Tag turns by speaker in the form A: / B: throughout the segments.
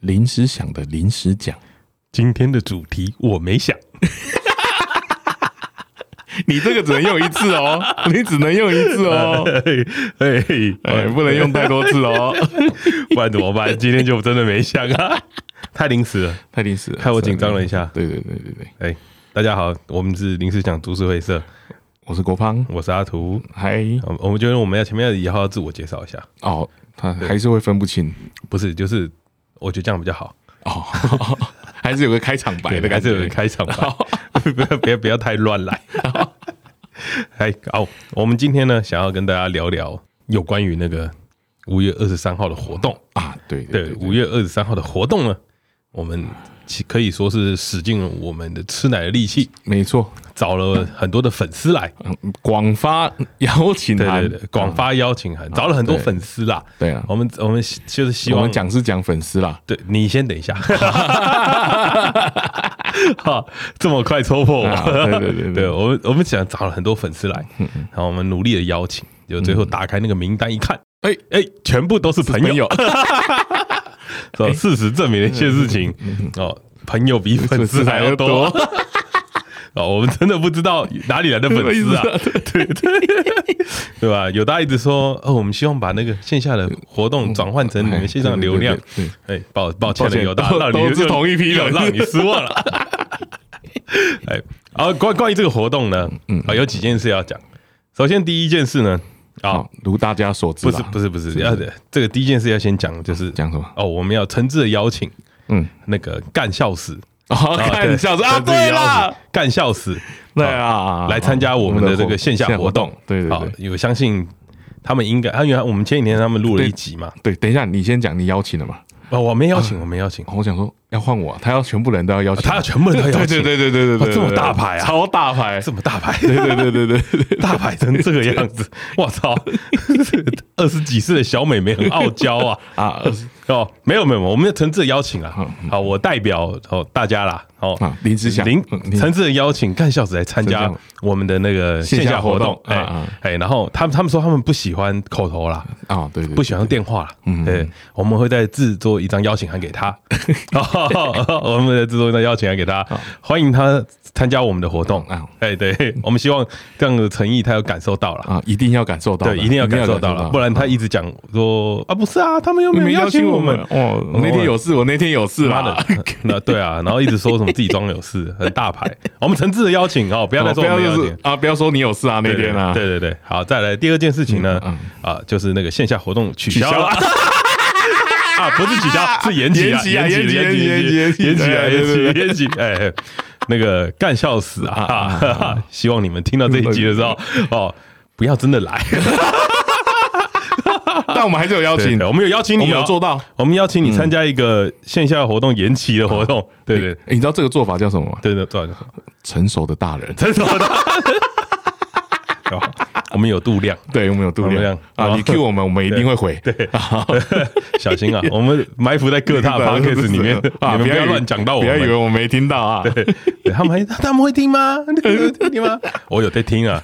A: 临时想的临时讲。
B: 今天的主题我没想，
A: 你这个只能用一次 哦，你只能用一次哦，
B: 嘿嘿嘿，
A: 哎，不能用太多次 哦，
B: 不然怎么 办？今天就真的没想啊，太临时了。
A: 太临时了，
B: 害我紧张了一下
A: 对对对对对，
B: 哎、大家好，我们是临时想读书会社，
A: 我是国芳，
B: 我是阿图。
A: 嗨，
B: 嗯我们觉得我们要前面也要自我介绍一下，
A: 哦，他还是会分不清
B: 不是，就是我觉得这样比较好，哎
A: 哦， 还是有个开场白的
B: 还
A: 感
B: 是有
A: 觉
B: 个。开场吧， 不要不要不要太乱 来。哎，好，我们今天呢，想要跟大家聊聊有关于那个五月二十三号的活动。
A: 啊，对
B: 对，五月二十三号的活动呢，我们其可以说是使尽了我们的吃奶的力气，
A: 没错，
B: 找了很多的粉丝来，
A: 嗯广发邀请
B: 对
A: 函，
B: 对对，广发邀请函，找了很多粉丝啦。
A: 对啊
B: 我们我们希就是希
A: 我
B: 望
A: 们，讲是讲粉丝啦，
B: 对你先等一 下，哈，这么快戳破
A: 啊
B: 我，
A: 对对对
B: 对，嗯我们我们想找了很多粉丝来，然后我们努力的邀请，就最后打开那个名单一看，
A: 哎
B: 哎，全部都是朋友 哎
A: 朋，友，
B: 是吧事实证明了一些事情哦，朋友比粉丝还要多。 哦，我们真的不知道哪里来的粉 丝啊，对对对吧？有大家一直说，哦，我们希望把那个线下的活动转换成你们线上的流量
A: 对对，
B: 哎，抱抱歉
A: 抱
B: 了，
A: 歉
B: 有大
A: 都
B: 让你
A: 都是同一批人
B: 又让你失望了。哎，啊，关关于这个活动呢，啊，有几件事要讲。首先第一件事呢，啊
A: 好，，哦如大家所知
B: 不
A: 啦，
B: 是不是不是，要这个第一件事要先讲，就是
A: 讲什么？
B: 哦，我们要诚挚的邀请
A: 嗯，
B: 那个干校 史，
A: 好哦看笑死啊，
B: 诚挚地
A: 对
B: 邀请
A: 啦，
B: 干校史，
A: 对
B: 哦
A: 啊，
B: 来参加我们的这个线下活
A: 活
B: 动
A: 动，，对对
B: 好
A: 对，
B: 有相信他们应该，他原来我们前几天他们录了
A: 对
B: 一集嘛，
A: 对，等一下，你先讲你邀请了嘛？
B: 哦，我没邀请，我没邀请，
A: 哦我想说要换我，他要全部人都要邀请，
B: 他要全部人都邀请，
A: 对对对对对对，
B: 哦这么大牌啊
A: 超大牌，
B: 这么大牌，
A: 对对对对对 对对，
B: 大牌成这个样 子，我操， 二十几岁的小美眉很傲娇 啊。
A: 啊，二十
B: 哦，没有没有，我们要诚挚地邀请啊
A: 嗯！
B: 好，我代表哦大家啦，哦
A: 啊林之祥
B: 林
A: 嗯林
B: 诚挚的邀请干校子来参
A: 参
B: 加
A: 加
B: 我们的那个
A: 线
B: 线
A: 下
B: 下活
A: 活
B: 动
A: 动，啊
B: 哎
A: 啊
B: 哎，然后他们他们说他们不喜欢口头啦，
A: 啊，对对，
B: 不喜欢用电话啦，嗯，对，我们会再制作一张邀请函给 他，哦我们再制作一张邀请函给他，欢迎他参加我们的活动
A: 啊，
B: 哎，对，我们希望这样的诚意他有感受到了。
A: 啊，一定要感受到的，
B: 对，一定要感受到了，不然他一直讲说啊，不是啊，他们又没有邀请我们，
A: 哦，我那天有事，我那天有事
B: 妈
A: 啦
B: 的。，那对啊，然后一直说什么自己装有事，很大牌。我们诚挚的邀请哦，不
A: 不
B: 要再说我们没邀
A: 就是
B: 请。
A: 啊，不要说你有事啊，那
B: 对
A: 天啊，
B: 对对对，好，再来第二件事情呢，啊，就是那个线下活动取消了。啊，不是取消，是延期啊，延期，延期，延期，延期，延期，延期，哎，那个干笑死啊！希望你们听到这一集的时候，哦，不要真的来，
A: 但我们还是有邀请
B: 对，，我们有邀请
A: 我
B: 你，
A: 们有做，到。
B: 我们邀请你参加一个线下活动延期的活动，对对
A: 诶你知道这个做法叫什么吗？
B: 对对对，
A: 成熟的大人，
B: 成熟的。我们有度量，
A: 对我们有度
B: 我们
A: 量
B: 量
A: 啊，
B: 好
A: 你 Q 我们，我们一定会回。 对，
B: 小 心啊！我们埋伏在各大 podcast 里面，
A: 啊，
B: 你们不要乱讲到我
A: 不要以为
B: 们。
A: 我没听到啊。
B: 对他们 还他们会听吗？你们会听吗？我有在听啊。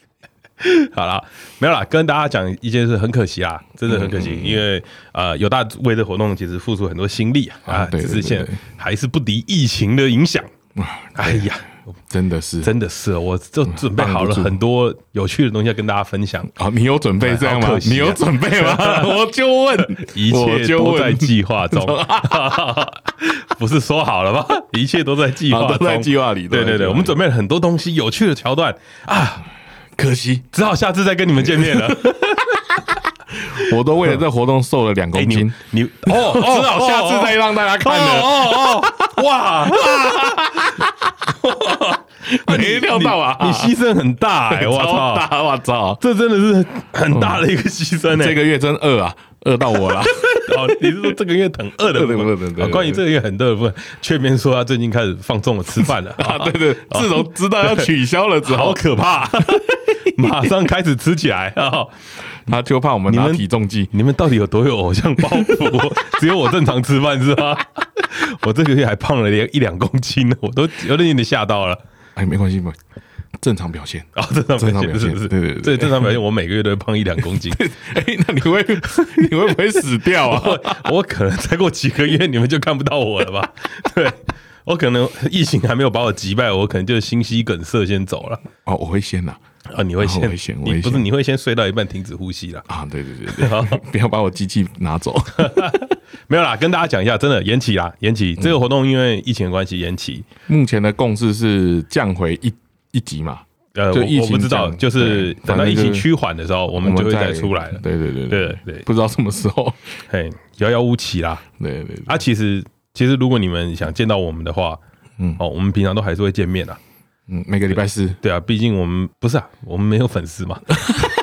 B: 好啦，没有啦，跟大家讲一件事，很可惜啊，真的很可
A: 嗯
B: 惜，因为呃，有大为这活动其实付出很多心力啊，啊，
A: 对
B: 只
A: 对
B: 是现
A: 对对
B: 还是不敌疫情的影响。哎呀，
A: 真的是
B: 真的是，我就准备好
A: 按嗯不
B: 了
A: 住
B: 很多有趣的东西要跟大家分享。
A: 啊，你有准备这样
B: 好
A: 吗
B: 可？惜啊
A: 你有准备吗？ 我就问，
B: 一
A: 我
B: 切
A: 就
B: 都
A: 问
B: 在计划 中，不是说好了吗？一切都在计划
A: 啊
B: 中，
A: 都在计划里都
B: 对
A: 在
B: 对
A: 计
B: 对，
A: 划
B: 我们准备了很多东西，有趣的桥段啊，
A: 可惜
B: 只好下次再跟你们见 面了。
A: 我都为了这活动瘦了两
B: 哎
A: 公
B: 你
A: 斤，
B: 你哦，
A: 只
B: 哦
A: 好下次再让大家看了。
B: 哦哦哦，哇！
A: 没料到啊
B: 哦你你牺牲很大哎，我
A: 超
B: 操！
A: 大，我操！
B: 这真的是很大的一个牺牲哎。
A: 这个月真饿啊，饿到我了。
B: 哦，你是说这个月很饿的部
A: 饿的部分
B: 分？
A: 对
B: 哦关于这个月很饿的部分，雀边说他最近开始放纵了吃饭 了，
A: 啊，对对，自从知道要取消了之
B: 好
A: 后，
B: 可 怕，马上开始吃起来 啊！
A: 他就怕我们
B: 你
A: 拿
B: 们
A: 体重计。
B: 你们到底有多有偶像包袱？ 只有我正常吃饭是 吧？我这个月还胖了两一两公斤呢，我都有点有点吓到了。
A: 哎，没关系，没关系正常表 现。
B: 啊，正常
A: 正
B: 表
A: 常
B: 现
A: 表
B: 是
A: 现
B: 不是？
A: 对对对
B: 这正常表现，我每个月都会胖一两公 斤。
A: 哎、那你会你会不会死掉啊？
B: 我我可能再过几个月，你们就看不到我了 吧？对，我可能疫情还没有把我击败，我可能就心肌梗塞先走了。
A: 哦，我会先呐、
B: 啊，你会
A: 啊我
B: 先，
A: 会先我
B: 你
A: 会
B: 不是
A: 先
B: 你会先睡到一半停止呼吸啦？哦
A: 啊！对对对 对，不要把我机器拿走。
B: 没有啦，跟大家讲一下，真的延期啦，延期
A: 嗯
B: 这个活动因为疫情的关系延期。
A: 目前的共识是降回一一级嘛，
B: 呃，
A: 就
B: 我
A: 疫情
B: 我不知道，
A: 降
B: 就是
A: 对
B: 等
A: 反
B: 到
A: 正
B: 疫
A: 就是
B: 情趋缓的时候，我
A: 我
B: 们就会
A: 再
B: 再出来了。
A: 对对对
B: 对对，
A: 不知道什么时候。
B: 嘿，遥遥无期啦。
A: 对对对，
B: 啊，其实其实如果你们想见到我们的话，嗯
A: 嗯，
B: 哦，我们平常都还是会见面啊。
A: 嗯，每个礼拜 四
B: 对啊，毕竟我们不是啊，我们没有粉丝嘛，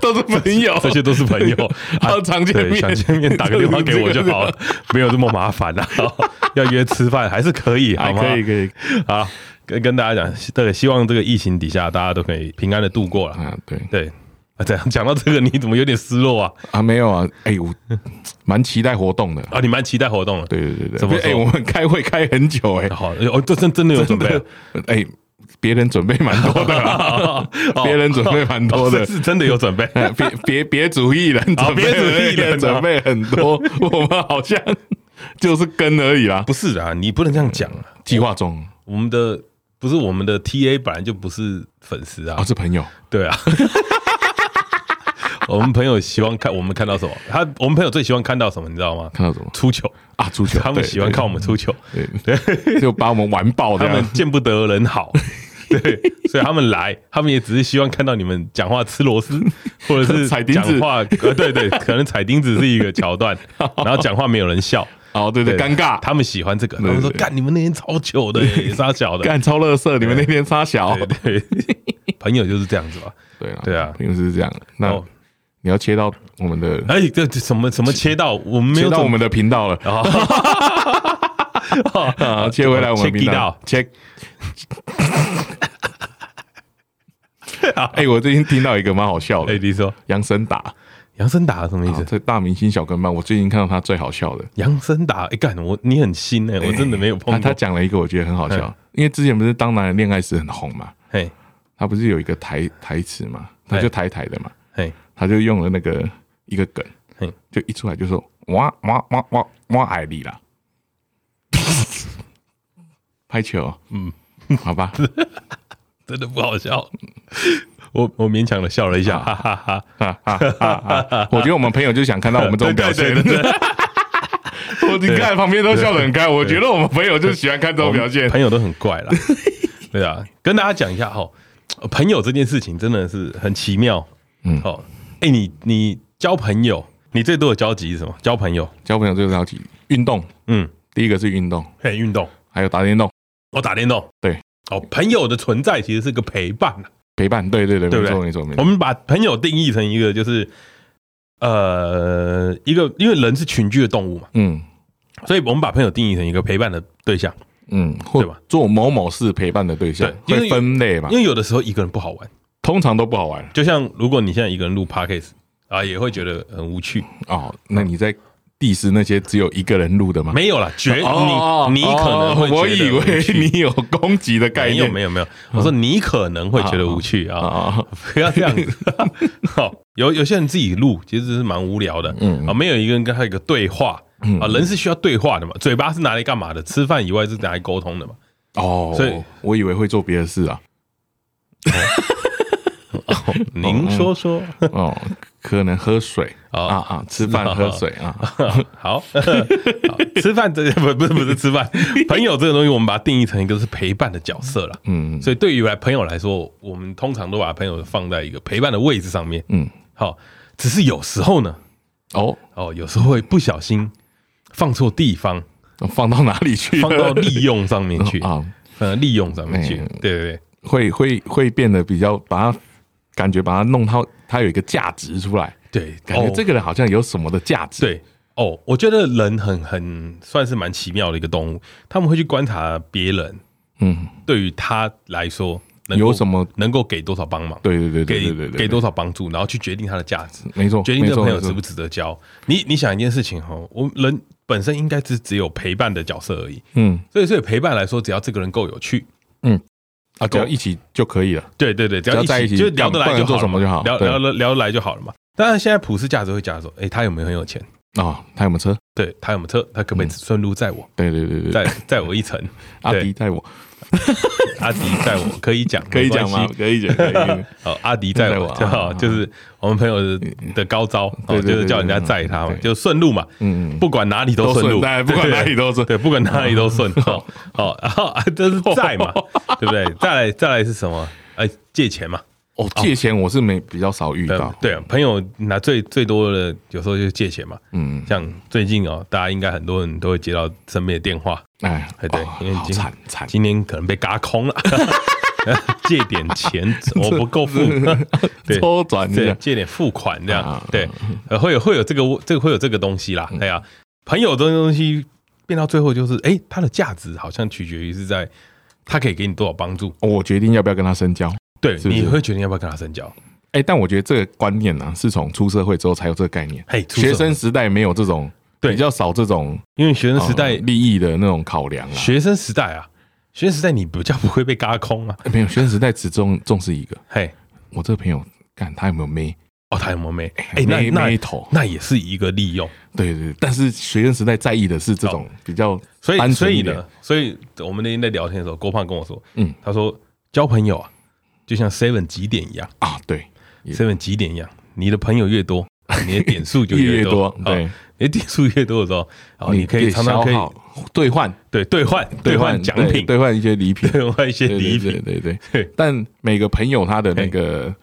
A: 都是朋友，
B: 这些都是朋 友
A: 啊常见
B: 对
A: 面
B: 想见面打个电话给我就好 了，没有这么麻烦啦、哦要约吃饭还是哎可以，好
A: 还
B: 吗？
A: 可以可以
B: 好，跟跟大家讲，对，希望这个疫情底下大家都可以平安的度过了。
A: 啊，对
B: 对，啊，这样讲到这个，你怎么有点失落啊？
A: 啊，没有啊，哎，我蛮期待活动的。
B: 啊，你蛮期待活动了。
A: 对对对对，
B: 怎么说
A: 哎，我们开会开很久哎，
B: 好，哦，这真真的有准备哦啊，
A: 哎，别人准备蛮多 的 啦，哦别人准备蛮多的
B: 哦是是真的有准备。
A: 哎别别别主义人，
B: 好
A: 准备
B: 别主义 人啊
A: 准备很多，我们好像 就是跟而已啦。
B: 不是啊，你不能这样讲啊。
A: 计划中
B: 我们的不是我们的 TA 本来就不是粉丝啊
A: 啊，，是朋友，
B: 对啊。 我们朋友希望看我们看到什么？他我们朋友最希望看到什么？你知道吗？
A: 看到什么
B: 出糗，
A: 啊？足球，
B: 他们
A: 对
B: 喜欢看我们出糗，
A: 对对，啊就把我们玩爆这
B: 他
A: 样
B: 们。见不得 人好，对，所以他们来，他们也只是希望看到你们讲话吃螺 丝，或者是
A: 踩钉子
B: 讲话，呃，对对，可能踩钉子是一个桥段， 然后讲话没有人笑，
A: 哦，对对，尴尬，
B: 他们喜欢这个，他们说
A: 对对
B: 干你们那天超糗的耶，也是小的，
A: 干超乐色，你们那天差小，
B: 对对， 朋友就是这样子吧。
A: 对啊，
B: 对啊
A: 平时是这样。那
B: 哦
A: 你要切到我们的，
B: 哎，这这什么什么切到我 们没
A: 切
B: 有
A: 到
B: 准
A: 我们的频 道了
B: 哦
A: 啊，切回来我们的频道， 切。哎，我最近听到一个蛮好笑
B: 哎，
A: 的，
B: 你说
A: 杨森达，
B: 杨森达什么意思？
A: 这大明星小跟班，我最近看到他最好笑的。
B: 杨森达，哎干我你很新哎，我真的没有
A: 他
B: 碰
A: 啊他
B: 过。
A: 讲了一个我觉得很好
B: 哎
A: 笑，因为之前不是《当男人恋爱时》很红嘛，
B: 嘿，
A: 他不是有一个台台词嘛，他就台台的嘛，
B: 嘿，
A: 他就用了那个一个梗
B: 嘿，
A: 就一出来就说哇哇哇哇哇爱你啦， 拍球，嗯，好吧，
B: 真的不好笑。 我我勉强的笑了一下，哈哈哈。
A: 啊啊啊啊！我觉得我们朋友就想看到我们这种表现。
B: 对对对对
A: 我你看旁边都笑得很开，我觉得我们朋友就喜欢看这种表现。
B: 朋友都很怪啦。 对啊，跟大家讲一下哈，朋友这件事情真的是很奇妙。嗯，好，哎，你你交朋友，你最多的交集是什么？交朋友，
A: 交朋友就是要体运动，
B: 嗯，
A: 第一个是运动，
B: 嘿，运动，
A: 还有打电动，
B: 我打电动。
A: 对，
B: 哦，朋友的存在其实是个陪伴啊
A: 陪伴。对对对，
B: 对不
A: 没
B: 对
A: 错没错没
B: 我
A: 错。
B: 们把朋友定义成一个就是呃一个，因为人是群居的动物嘛，
A: 嗯
B: 所以我们把朋友定义成一个陪伴的对象。
A: 嗯，或
B: 对吧
A: 做某某事陪伴的对象，
B: 对因
A: 会
B: 为
A: 分类嘛
B: 因，为有的时候一个人不好玩，
A: 通常都不好玩
B: 就像如果你现在一个人录 podcast 啊，也会觉得很无趣。
A: 哦。那你在 diss 那些只有一个人录的吗？
B: 没有啦，绝
A: 哦，
B: 你你可能会
A: 哦我
B: 觉
A: 以
B: 得无
A: 为
B: 趣
A: 你有攻击的概
B: 没有
A: 念
B: 没有没有，我说你可能会觉得无趣啊。
A: 啊，
B: 不要这样子。好，有有些人自己录，其实是蛮无聊的。嗯啊，没有一个人跟他有一个对话。
A: 嗯
B: 啊，人是需要对话的嘛，嘴巴是拿来干嘛的？吃饭以外是拿来沟通的嘛。
A: 哦，
B: 所以
A: 我以为会做别的事 啊。
B: 您说说，
A: 哦，可能喝水
B: 哦
A: 哦啊啊，吃饭喝 水啊，
B: 好，好 吃饭这不不是不是吃饭，朋友这个东西我们把它定义成一个是陪伴的角色啦。
A: 嗯
B: 所以对于来朋友来说，我们通常都把朋友放在一个陪伴的位置上面。
A: 嗯，
B: 好，只是有时候呢，
A: 哦，
B: 哦，有时候会不小心放错 地方，
A: 放到哪里去了？
B: 放到利用上面去
A: 啊，
B: 呃，利用上面去，
A: 嗯
B: 对对对，
A: 会会会变得比较把它感觉把它弄到它有一个价值出来，
B: 对，
A: 感觉这
B: 个、
A: 个人好像有什么的价值。，
B: 哦对哦，我觉得人很很算是蛮奇妙的一个动物，他们会去观察别人
A: 嗯，
B: 对于他来说能够
A: 有什么？
B: 能够给多少帮忙，
A: 对对对对
B: 给
A: 对对对，
B: 给多少帮助，然后去决定他的价值，
A: 没错，
B: 决定这
A: 没
B: 个
A: 错
B: 朋友
A: 没错
B: 值不值得交。你你想一件事情哈，我人本身应该是只有陪伴的角色而已，
A: 嗯
B: 所以所以陪伴来说，只要这个人够有趣，
A: 嗯，啊，只要一起就可以了。
B: 对对对，只要一
A: 只要在一
B: 起
A: 起
B: 就聊得来就
A: 不管做什么就好
B: 好了，聊
A: 对
B: 聊得聊得来就好了嘛。当然，现在普世价值会讲说，哎，他有没有很有钱？
A: 哦，他有没有车？
B: 对他有没有车？他可不可以顺路载我，
A: 对对对对，
B: 载载我一程？
A: 阿
B: 对
A: 迪带我，
B: 阿迪载我 可以讲，
A: 可以讲吗
B: 没关？系？
A: 可 以讲，可以可以
B: 哦，阿迪载我，
A: 载我
B: 就好
A: 啊
B: 就是我们朋友的的高招，哦，
A: 对对
B: 就
A: 对
B: 是叫人家载他嘛，就顺路嘛，
A: 嗯嗯
B: 不管哪里都
A: 都
B: 顺路，
A: 顺哎不管
B: 对
A: 哪里都顺
B: 对，不管哪里 都顺，哦哦，然后啊 这是载嘛，对不对？再来再来是什么？哎，借钱嘛，
A: 哦，借钱我是没比较少遇
B: 对
A: 到，
B: 对啊，朋友拿最最多的有时候就是借钱嘛，
A: 嗯，
B: 像最近哦，大家应该很多人都会接到身边的电话，
A: 哎
B: 哎，对
A: 哦
B: 因为
A: 好
B: 今
A: 惨惨，
B: 今天可能被嘎空了， 借点钱我不 够付，对，
A: 周转一
B: 对，
A: 下，
B: 借点付款这样
A: 啊，嗯
B: 对，呃，会有会有这个这个会有这个东西啦，哎呀，朋友这个东西变到最后就是，哎，它的价值好像取决于是在他可以给你多少帮助，
A: 我决定要不要跟他深交。
B: 对，
A: 是不是
B: 你会决定要不要跟他深交，
A: 哎、但我觉得这个观念呢、啊，是从出社会之后才有这个概念。
B: 嘿出社会
A: 学生时代没有这种，
B: 对
A: 比较少这种
B: 因为学生时
A: 呃
B: 代，
A: 利益的那种考量啊。
B: 学生时代啊，学生时代你比较不会被嘎空啊，
A: 哎没有学生时代只重重视一个，
B: 嘿，
A: 我这个朋友干他有没有妹？
B: 哦，他有没有妹？哎，那
A: 妹
B: 那
A: 妹头
B: 那也是一个利用。
A: 对对对，但是学生时代在意的是这种比较
B: 哦所以
A: 单
B: 所
A: 纯
B: 以
A: 一点
B: 呢，所以我们那天在聊天的时候，郭胖跟我说，
A: 嗯
B: 他说交朋友啊，就像 Seven 几点一样
A: 啊，对，也
B: ，Seven 几点一样，你的朋友越 多，你的点数就
A: 越
B: 多
A: 多，
B: 啊
A: 对，
B: 你的点数越多的时候，哦，你可以常常
A: 消
B: 可以
A: 耗兑换
B: 对兑换兑换奖
A: 对
B: 品，
A: 兑换一些礼 品，
B: 兑换一些礼
A: 对
B: 品，
A: 对对对对
B: 对
A: 但每个朋友他的那个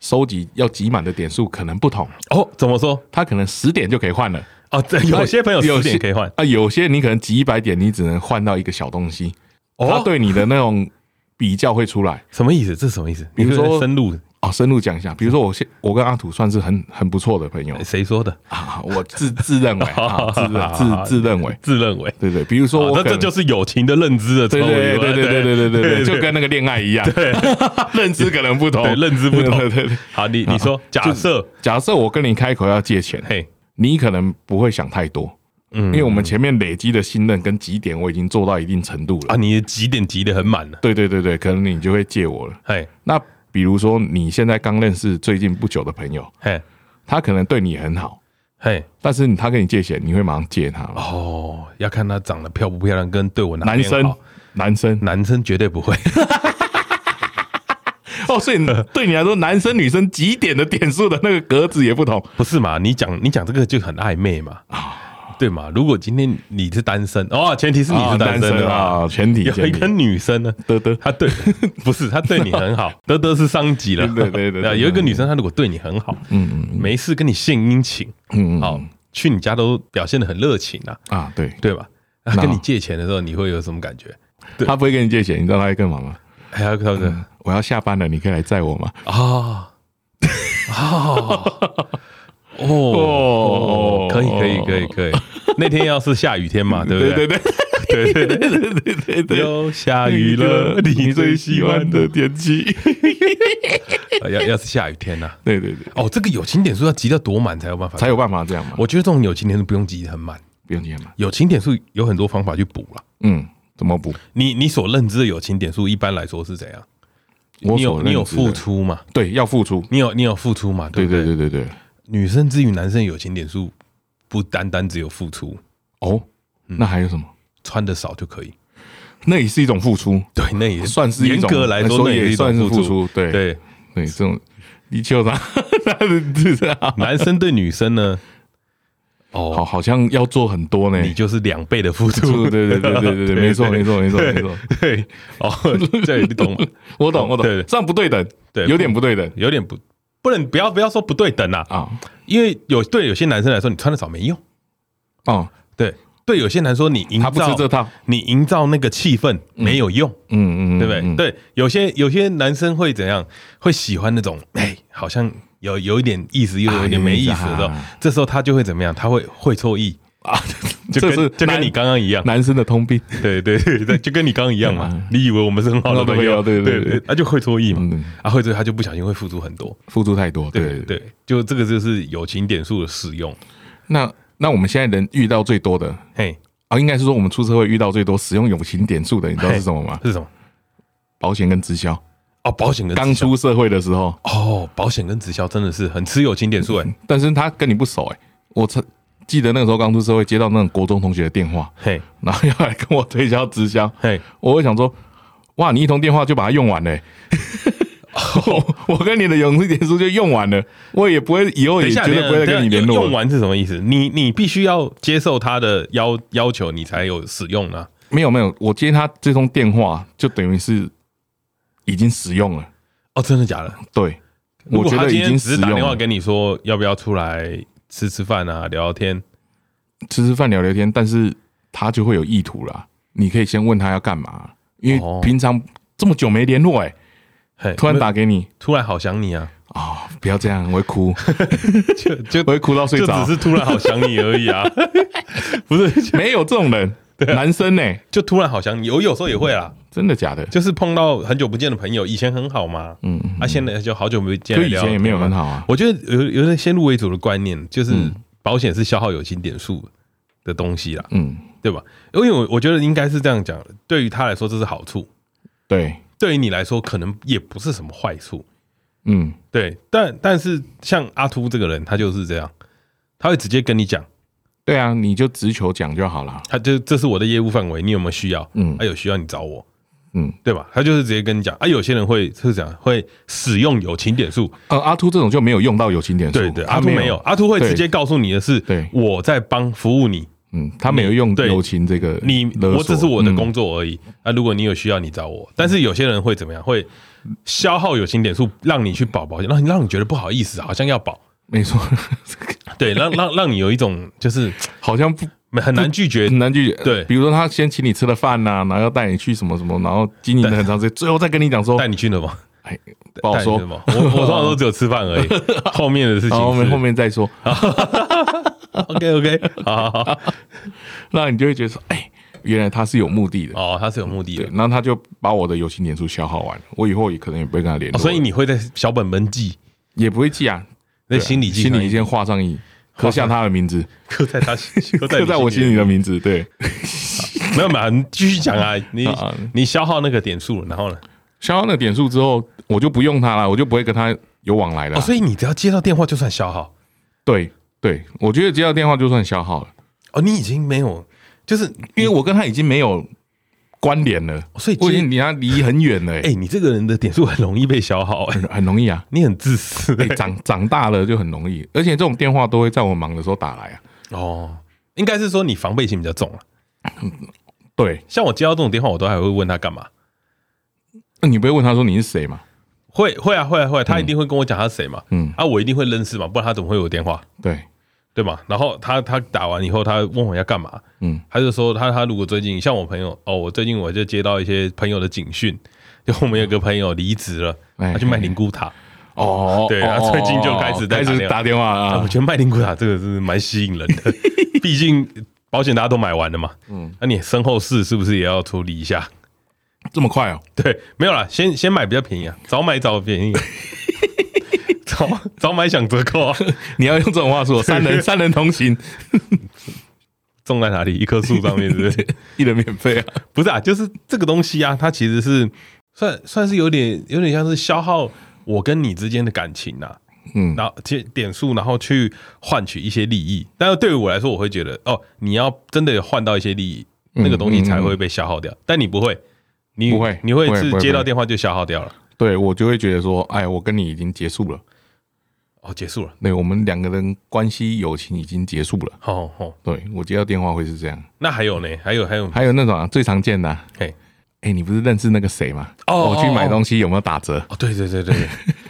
A: 收集要集满的点数可能不同，
B: 哦，怎么说？
A: 他可能十点就可以换了。
B: 哦，这有些朋友
A: 有
B: 十
A: 些
B: 点可以换，
A: 啊，有些你可能几百点，你只能换到一个小东西，他
B: 哦，
A: 对你的那种比较会出来。
B: 什么意思？这是什么意思？
A: 比如
B: 你是不是
A: 说
B: 深入，
A: 哦，深入讲一下，比如说我现我跟阿土算是很很不错的朋友
B: 谁说的？
A: 啊， 我自自认 为啊，自认
B: 好
A: 自自认为，
B: 自认为。
A: 对对，比如说
B: 哦
A: 我
B: 那
A: 可
B: 这
A: 能
B: 就是友情的认知的
A: 对
B: 差异
A: 对
B: 嘛
A: 对对对对对对对，就跟那个恋爱一样， 认知可能不同
B: 对，认知不同
A: 对对对。啊
B: 好，你你说，假设
A: 假设我跟你开口要借钱，
B: 嘿，
A: 你可能不会想太多，
B: 嗯
A: 因为我们前面累积的信任跟几点我已经做到一定程度
B: 啊，
A: 了。
B: 你的几点集的很满了，
A: 对对对对，可能你就会借我了。
B: 嘿，
A: 那比如说你现在刚认识最近不久的朋友，
B: 嘿，
A: 他可能对你很好，
B: 嘿，
A: 但是他跟你借钱，你会马上借他吗？
B: 哦，要看他长得漂不漂亮，跟对我哪边
A: 男生
B: 好，
A: 男生
B: 男生绝对不会，
A: 哦，所以你对你来说，男生女生几点的点数的那个格子也不同
B: 不是嘛？你讲你讲这个就很暧昧嘛，
A: 啊
B: 对嘛？如果今天你是单身，哦，前提是你
A: 啊
B: 是单身的嘛。
A: 啊，全体
B: 有
A: 前
B: 一
A: 提
B: 个女生呢，
A: 得得
B: 她对 不是她对你 很好，德德是伤及了，啊
A: 对对对对 对
B: 有一个女生，她如果对你很好，嗯，没事跟你献殷勤，
A: 嗯嗯
B: 好去你家都表现的很热情啊，
A: 啊，对，
B: 对吧？她
A: 那
B: 跟你借钱的时候，你会有什么感觉？哎对
A: 他不会跟你借钱，你知道他在干嘛吗？
B: 还有他的
A: 我要下班了，你可以来载我吗？
B: 啊啊哦
A: 哦
B: 可以可以可以 可以。那天要是下雨天嘛，啊对不
A: 对
B: 对？
A: 对
B: 对对对，
A: 对对对对，
B: 又下雨了，你最喜欢的。
A: 天 气。
B: 呃要要是下雨天呐、
A: 对对对，
B: 哦，这个友情点数要集到多满才有办法？
A: 才有办法这样嘛，
B: 我觉得这种友情点数不用集得很满，
A: 不用钱嘛。
B: 友情点数有很多方法去补了。
A: 嗯，怎么补？
B: 你你所认知的友情点数一般来说是怎样？
A: 我
B: 你有
A: 所认
B: 你有
A: 知的
B: 付出嘛？
A: 对，要付出。
B: 你有你有付出嘛？
A: 对
B: 不
A: 对对对对，
B: 女生之于男生友情点数，不单单只有付出，
A: 哦，
B: 嗯
A: 那还有什么？
B: 穿的少就可以。
A: 那也是一种付出，
B: 对，那也
A: 哦算是一
B: 严
A: 种哎
B: 格来说，
A: 所
B: 那
A: 以
B: 也是一
A: 也
B: 种
A: 算是
B: 付
A: 付。出。对对
B: 对，
A: 这种你就 他，就是啊
B: 男生对女 生呢，
A: 好，
B: 哦，
A: 好像要做很多呢。
B: 你就是两倍的付出。
A: 对对对对 对对，没错没错没错没错，
B: 对，哦，这你懂吗？
A: 我懂我懂
B: 对，
A: 这样不对等，
B: 对
A: 有点不对等
B: 有点不，不能不要不要说不对等啊，
A: 啊
B: 因为有对有些男生来说，你穿的少没用。
A: 哦，
B: 对，对有些男生说，你营
A: 他不吃
B: 造
A: 这套，
B: 你营造那个气氛没有用。
A: 嗯嗯，嗯
B: 对不对？
A: 嗯
B: 对，有些有些男生会怎样？会喜欢那种，哎，好像有有一点意思，又有一点没意思的时候，
A: 哎呀
B: 这时候他就会怎么样？他会会错意，
A: 啊， 这
B: 就跟
A: 是
B: 就跟
A: 男
B: 你刚刚一样，
A: 男生的通病。
B: 对对对对，就跟你刚刚一样嘛
A: 嗯。
B: 你以为我们是很好的朋友，
A: 很好的朋友对对
B: 对，
A: 对
B: 他就会错意嘛
A: 嗯，
B: 啊，会错意他就不小心会付出很多，
A: 付出太多，
B: 对
A: 对对。
B: 对，就这个就是友情点数的使用，
A: 那那我们现在人遇到最多的
B: 嘿，
A: 啊，应该是说我们出社会遇到最多使用友情点数的，你知道是什么吗？
B: 是什么？
A: 保险跟直销。
B: 哦，保险跟直
A: 刚
B: 销
A: 出社会的时候，
B: 哦，保险跟直销真的是很吃友情点数 哎，
A: 但是他跟你不熟哎、我曾记得那个时候刚出社会，接到那种国中同学的电话，
B: 嘿
A: 然后要来跟我推销直销，
B: 嘿，
A: 我会想说，哇，你一通电话就把它用完了、 欸。我我跟你的勇气点数就用完了，我也不会以后
B: 等
A: 也
B: 一下，
A: 绝对不会再跟你
B: 等
A: 联
B: 一下
A: 络
B: 用
A: 了
B: 用。完是什么意思？你你必须要接受他的要要求，你才有使用啊。
A: 没有没有，我接他这通电话就等于是已经使用了。
B: 哦，真的假的？
A: 对，
B: 如
A: 我
B: 果
A: 觉
B: 他
A: 得
B: 今
A: 已
B: 天
A: 经
B: 只
A: 使
B: 是打
A: 用
B: 电话
A: 了。
B: 跟你说要不要出来吃吃饭啊，聊聊天，
A: 吃吃饭聊聊天，但是他就会有意图啦。你可以先问他要干嘛，因
B: 哦
A: 为平常这么久没联络、欸，哎，
B: 嘿，
A: 突然打给你
B: 突然好想你啊，
A: 啊、不要这样，我会哭，
B: 就就
A: 我会哭到睡
B: 就
A: 着
B: 只。是突然好想你而已 啊，不是就
A: 没有这种 人，
B: 啊
A: 男生呢、欸
B: 就突然好想你，我有时候也会啦，
A: 真的假的？
B: 就是碰到很久不见的朋友，以前很好嘛，
A: 嗯，嗯
B: 啊，现在就好久没见，
A: 就以前也没有很。好啊。
B: 我觉得有有点先入为主的观念，就是保险是消耗友情点数的东西啦，
A: 嗯，
B: 对吧？因为我我觉得应该是这样讲的，对于他来说这是好处，
A: 对，
B: 对于你来说可能也不是什么坏处，
A: 嗯，
B: 对。但但是像阿秃这个人，他就是这样，他会直接跟你讲，
A: 对啊，你就直球讲就好了。
B: 他就这是我的业务范围，你有没有需要？
A: 嗯
B: 啊，有需要你找我，
A: 嗯，
B: 对吧？他就是直接跟你讲啊。有些人会是这样，会使用友情点数，
A: 呃，阿秃这种就没有用到友情点数，
B: 对对，
A: 他
B: 阿秃没有，，阿秃会
A: 对
B: 直接告诉你的是
A: 对，
B: 我在帮服务你，
A: 嗯，他没有用
B: 对
A: 友情这个
B: 你
A: 勒
B: 我
A: 索
B: 这是我的
A: 嗯
B: 工作而已。啊，如果你有需要，你找我。但是有些人会怎么样？会消耗友情点数，让你去保保险，让你让你觉得不好意思，好像要保，
A: 没错，
B: 对，让 让让你有一种就是
A: 好像不
B: 很难拒绝
A: 很难拒绝。
B: 对
A: 比如说他先请你吃了饭呐、然后要带你去什么什么，然后经营了很长时间，最后再跟你讲说，
B: 带你去的嘛。
A: 哎，不好说
B: 带你去的，嘛我我通常都只有吃饭 而已，后面的事情
A: 然后我们
B: 是
A: 后面再说，
B: OK OK，好好好，
A: 那你就会觉得说，哎，原来他是有目的的。
B: 哦，他是有目的的
A: 对，，然后他就把我的友情点数消耗完，我以后也可能也不会跟他联
B: 哦
A: 络了、
B: 所以你会在小本本记，
A: 也不会记啊，
B: 在
A: 对啊
B: 心里记，
A: 心里先画上一，刻下他的名字，
B: 刻 在他刻在
A: 刻
B: 你
A: 在我心里的名字。对，
B: 没有嘛，你继续讲啊， 你
A: 啊啊
B: 你消耗那个点数，然后呢？
A: 消耗那点数之后，我就不用他了，我就不会跟他有往来了
B: 哦，
A: 啊。
B: 所以你只要接到电话就算消耗
A: 对对，我觉得接到电话就算消耗了，
B: 哦，你已经没有，就是
A: 因为我跟他已经没有关联了，
B: 哦所以接
A: 我已经离他离很远了、欸，
B: 哎、你这个人的点数很容易被消耗、哎，
A: 很很容易啊。
B: 你很自私、
A: 哎、
B: 哎
A: 长长大了就很容易，而且这种电话都会在我忙的时候打来啊。
B: 哦，应该是说你防备心比较重啊。
A: 对，
B: 像我接到这种电话，我都还会问他干嘛。
A: 那你不会问他说你是谁嘛？
B: 会会啊会啊会啊，他一定会跟我讲他是谁嘛，
A: 嗯，
B: 啊我一定会认识嘛，不然他怎么会有电话，
A: 对，
B: 对吗？然后他他打完以后，他问我要干嘛，
A: 嗯，
B: 他就说他他如果最近像我朋友哦，我最近我就接到一些朋友的警讯，就我们有个朋友离职了，
A: 哎
B: 他去卖灵骨塔，
A: 哦，
B: 对
A: 哦
B: 他最近就开始在
A: 开
B: 打
A: 始
B: 电话
A: 打电话
B: 啊，我
A: 啊。
B: 觉得卖灵骨塔这个是蛮吸引人的，毕竟保险大家都买完了嘛，嗯，那、你身后事是不是也要处理一下？
A: 这么快哦？
B: 对，没有啦，先先买比较便宜啊，早买早便宜、早早买享折扣啊，
A: 你要用这种话说，三 人三人同行，
B: 种在哪里？一棵树上面是不 是？
A: 一人免费啊。
B: 不是啊，就是这个东西啊，它其实是算算是有点有点像是消耗我跟你之间的感情啊呐、
A: 嗯
B: 然后点点数，然后去换取一些利益。但是对于我来说，我会觉得哦，你要真的有换到一些利益，那个东西才会被消耗掉。但你不会，
A: 嗯
B: 你
A: 不会
B: 你会
A: 不会
B: 是
A: 不会
B: 接
A: 不
B: 到
A: 会
B: 电话就消耗掉了。
A: 对我就会觉得说，哎，我跟你已经结束了，
B: 哦，结束了，
A: 对我们两个人关系友情已经结束了。
B: 哦哦，
A: 对我接到电话会是这样，
B: 那还有呢？还有还有，
A: 还有那种、啊、最常见的、啊，
B: 嘿，
A: 哎、你不是认识那个谁吗？
B: 哦
A: 我去买东西有没有打折？
B: 哦，对对 对对，对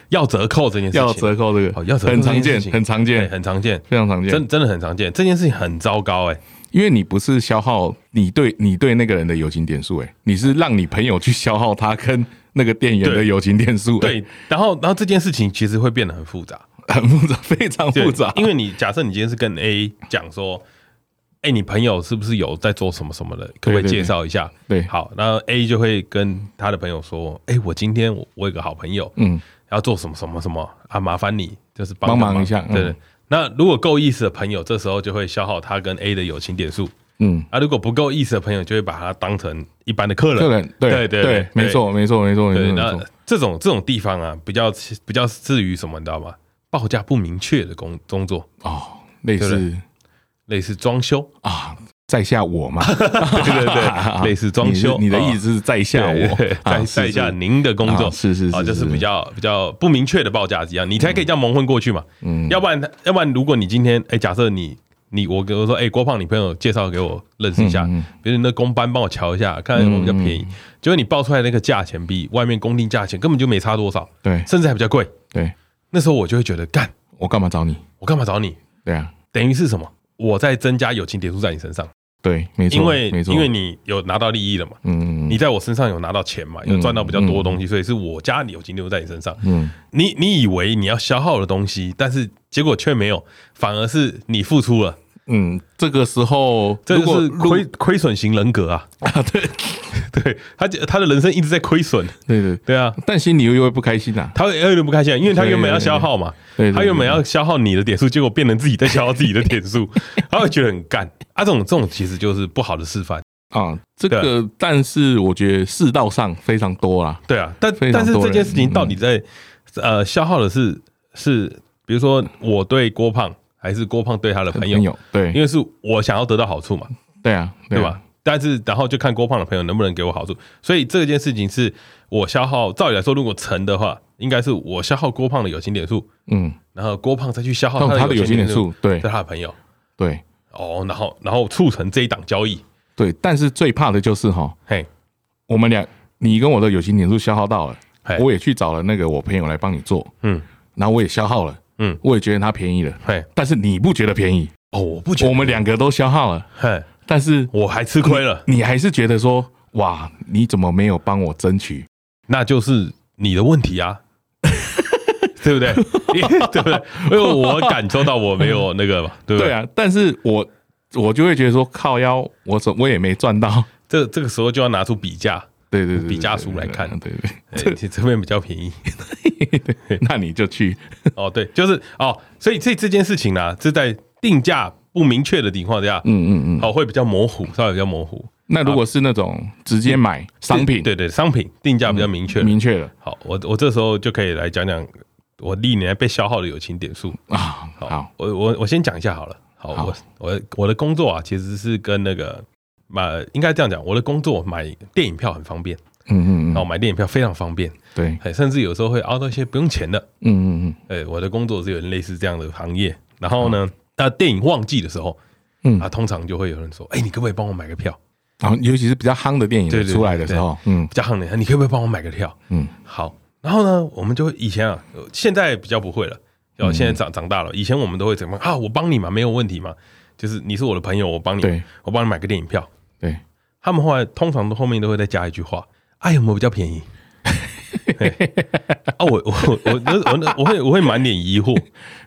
B: 要折扣这件事情，
A: 要折扣这个，
B: 哦要折扣
A: 很
B: 这件
A: 常
B: 事
A: 见，
B: 情
A: 很常
B: 对，
A: 见，
B: 很常见，
A: 非常常见。
B: 真真的很常见，这件事情很糟糕哎、
A: 因为你不是消耗你对你对那个人的友情点数，哎，你是让你朋友去消耗他跟那个店员的
B: 对
A: 友情点数，
B: 对，然后然后这件事情其实会变得很复杂，
A: 哎，很复杂，非常
B: 对
A: 复杂。
B: 因为你假设你今天是跟 A 讲说。哎、你朋友是不是有在做什么什么的？可不可
A: 对
B: 以
A: 对
B: 介
A: 对
B: 绍一下？
A: 对
B: 好，那 A 就会跟他的朋友说：“哎、我今天我我有个好朋友，
A: 嗯，
B: 要做什么什么什么啊，麻烦你就是
A: 帮
B: 个
A: 忙一下
B: 对，
A: 嗯
B: 那如果够意思的朋友，这时候就会消耗他跟 A 的友情点数。
A: 嗯，
B: 啊，如果不够意思的朋友，就会把他当成一般的客人。
A: 客人对
B: 对对
A: 对，没错没错没错没
B: 对，
A: 错没
B: 那
A: 错，
B: 这种这种地方啊，比较比较至于什么，你知道吗？报价不明确的工工作，
A: 哦，类
B: 对不
A: 似
B: 类似装修，
A: 啊，在下我 嘛，啊
B: 对 对对，类似装修。哦
A: 你的你的意
B: 思
A: 思是在下我，啊
B: 在在下
A: 你。
B: 您的工
A: 啊
B: 作
A: 是是是
B: 啊，就是
A: 是
B: 比较比较不明确的报价一样，你才可以这样蒙混过去嘛。
A: 嗯
B: 要不然要不然，如果你今天哎，假设你你我跟我说哎，郭胖，你朋友介绍给我认识一下
A: 嗯嗯，
B: 比如你那工班帮我瞧一下，看看有没有比较便宜。结果你报出来那个价钱比外面工定价钱根本就没差多少，
A: 对
B: 甚至还比较贵。
A: 对，
B: 那时候我就会觉得，干，
A: 我干嘛找你？
B: 我干嘛找你？
A: 对啊，
B: 等于是什么？我在增加友情点数在你身上，
A: 对，没错，
B: 因为
A: 没错，
B: 因为你有拿到利益了嘛，
A: 嗯，
B: 你在我身上有拿到钱嘛，有赚到比较多的东西，所以是我加友情点数在你身上。
A: 嗯
B: 你你以为你要消耗的东西，但是结果却没有，反而是你付出了，
A: 嗯，这个时候
B: 这
A: 如
B: 就
A: 果
B: 是
A: 如
B: 亏亏损型人格啊！
A: 啊，对
B: 对他他的人生一直在亏损，
A: 对对，
B: 对啊，
A: 但心里又又不开心呐，
B: 他会有点不开心，因为他原本要消耗嘛，
A: 对对对对
B: 他原本要消耗你的点数，结果变成自己在消耗自己的点数，他会觉得很干啊。这种这种其实就是不好的示范，
A: 啊，这个但是我觉得世道上非常多啦，
B: 对啊。但
A: 非常
B: 但是
A: 多
B: 这件
A: 人嗯
B: 事情到底在、呃消耗的是是，比如说我对郭胖，还是郭胖对他的朋友，
A: 有对
B: 哎因为是我想要得到好处嘛，
A: 对啊，
B: 对
A: 啊
B: 吧？？但是然后就看郭胖的朋友能不能给我好处，所以这件事情是我消耗。照理来说，如果成的话，应该是我消耗郭胖的友情点数，
A: 嗯，
B: 然后郭胖再去消耗
A: 但
B: 他
A: 哦他
B: 的
A: 的
B: 友
A: 有情
B: 情点
A: 点
B: 数
A: 数，，对
B: 对他的朋友
A: 对
B: 哦，然后然后促成这一档交易，
A: 对，但是最怕的就是哈，
B: 嘿，
A: 我们俩你跟我的友情点数消耗到了
B: 嘿，
A: 我也去找了那个我朋友来帮你做，
B: 哎嗯
A: 然后我也消耗了，
B: 嗯，
A: 我也觉得他便宜了，
B: 嘿，
A: 但是你不觉得便宜，
B: 哦，我不觉得
A: 我们两个都消耗了，
B: 嘿，
A: 但是
B: 我还吃亏了，
A: 你还是觉得说，哇，你怎么没有帮我争取？
B: 那就是你的问题啊。 对不 对？对不对？因为我感受到我没有 那个嘛，对不对？
A: 对啊，但是我我就会觉得说，靠腰，我怎我也没赚到。
B: 这这个时候就要拿出比 价，
A: 对对对，对
B: 比价数来看
A: 对 对对
B: 哎你这边比较便宜。
A: 对，那你就去，
B: 哦，对，就是哦，所以这这件事情呢、啊是在定价不明确的情况下，
A: 嗯嗯嗯。
B: 哦，会比较模糊，稍微比较模糊。
A: 那如果是那种直接买商品，嗯
B: 对对，商品定价比较明确。
A: 明确了
B: 好，我我这时候就可以来讲讲我历年被消耗的友情点数。
A: 啊，好，
B: 我我我先讲一下好了。好，
A: 好
B: 我我我的工作啊，其实是跟那个买，应该这样讲，我的工作买电影票很方便，
A: 嗯嗯
B: 然后
A: 嗯，
B: 买电影票非常方便，
A: 对，
B: 哎，甚至有时候会熬到一些不用钱的。
A: 嗯嗯
B: 哎，我的工作是有点类似这样的行业。然后呢，那电影旺季的时候，
A: 嗯
B: 啊，通常就会有人说，哎，你可不可以帮我买个票？
A: 然后尤其是比较夯的电影
B: 对对
A: 出来的时候，嗯
B: 比较行的，你可不可以帮我买个票？
A: 嗯，
B: 好，然后呢，我们就会以前啊，呃现在比较不会了，哦，
A: 嗯
B: 现在长长大了，以前我们都会怎么样啊？我帮你嘛，没有问题嘛，就是你是我的朋友，我帮你
A: 对，
B: 我帮你买个电影票。
A: 对，
B: 他们后来通常都后面都会再加一句话：“哎，有没有比较便宜？”嘿啊，我我我我我我会我会满脸疑惑，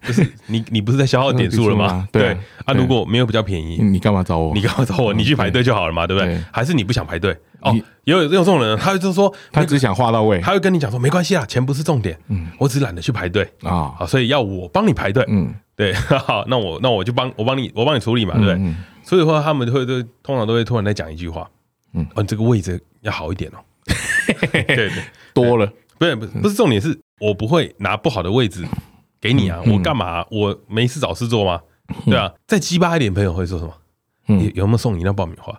B: 就是你你不是在消耗点数了
A: 消耗点数
B: 吗
A: 吗？对
B: 啊，
A: 对
B: 如果没有比较便宜，
A: 你干嘛找我？
B: 你干嘛找我？你去排队就好了嘛，对不对
A: 对？
B: 还是你不想排队？哦
A: 你，
B: 也有也有这种人，他就说
A: 他只想画到位
B: 他会跟你讲说没关系啊啦，钱不是重点，我只懒得去排队
A: 啊，
B: 好，所以要我帮你排队，
A: 嗯
B: 对， 好，那我那我就帮我帮你我帮你处理嘛，对不对？
A: 嗯
B: 所以说他们会都通常都会突然再讲一句话，嗯
A: 嗯，
B: 哦，你这个位置要好一点 哦，对对，
A: 多了，
B: 不是不是不是重点是我不会拿不好的位置给你
A: 嗯
B: 啊，我干嘛？我没事找事做吗？对啊，再鸡巴一点，朋友会说什么？
A: 嗯
B: 有有没有送你一辆爆米花？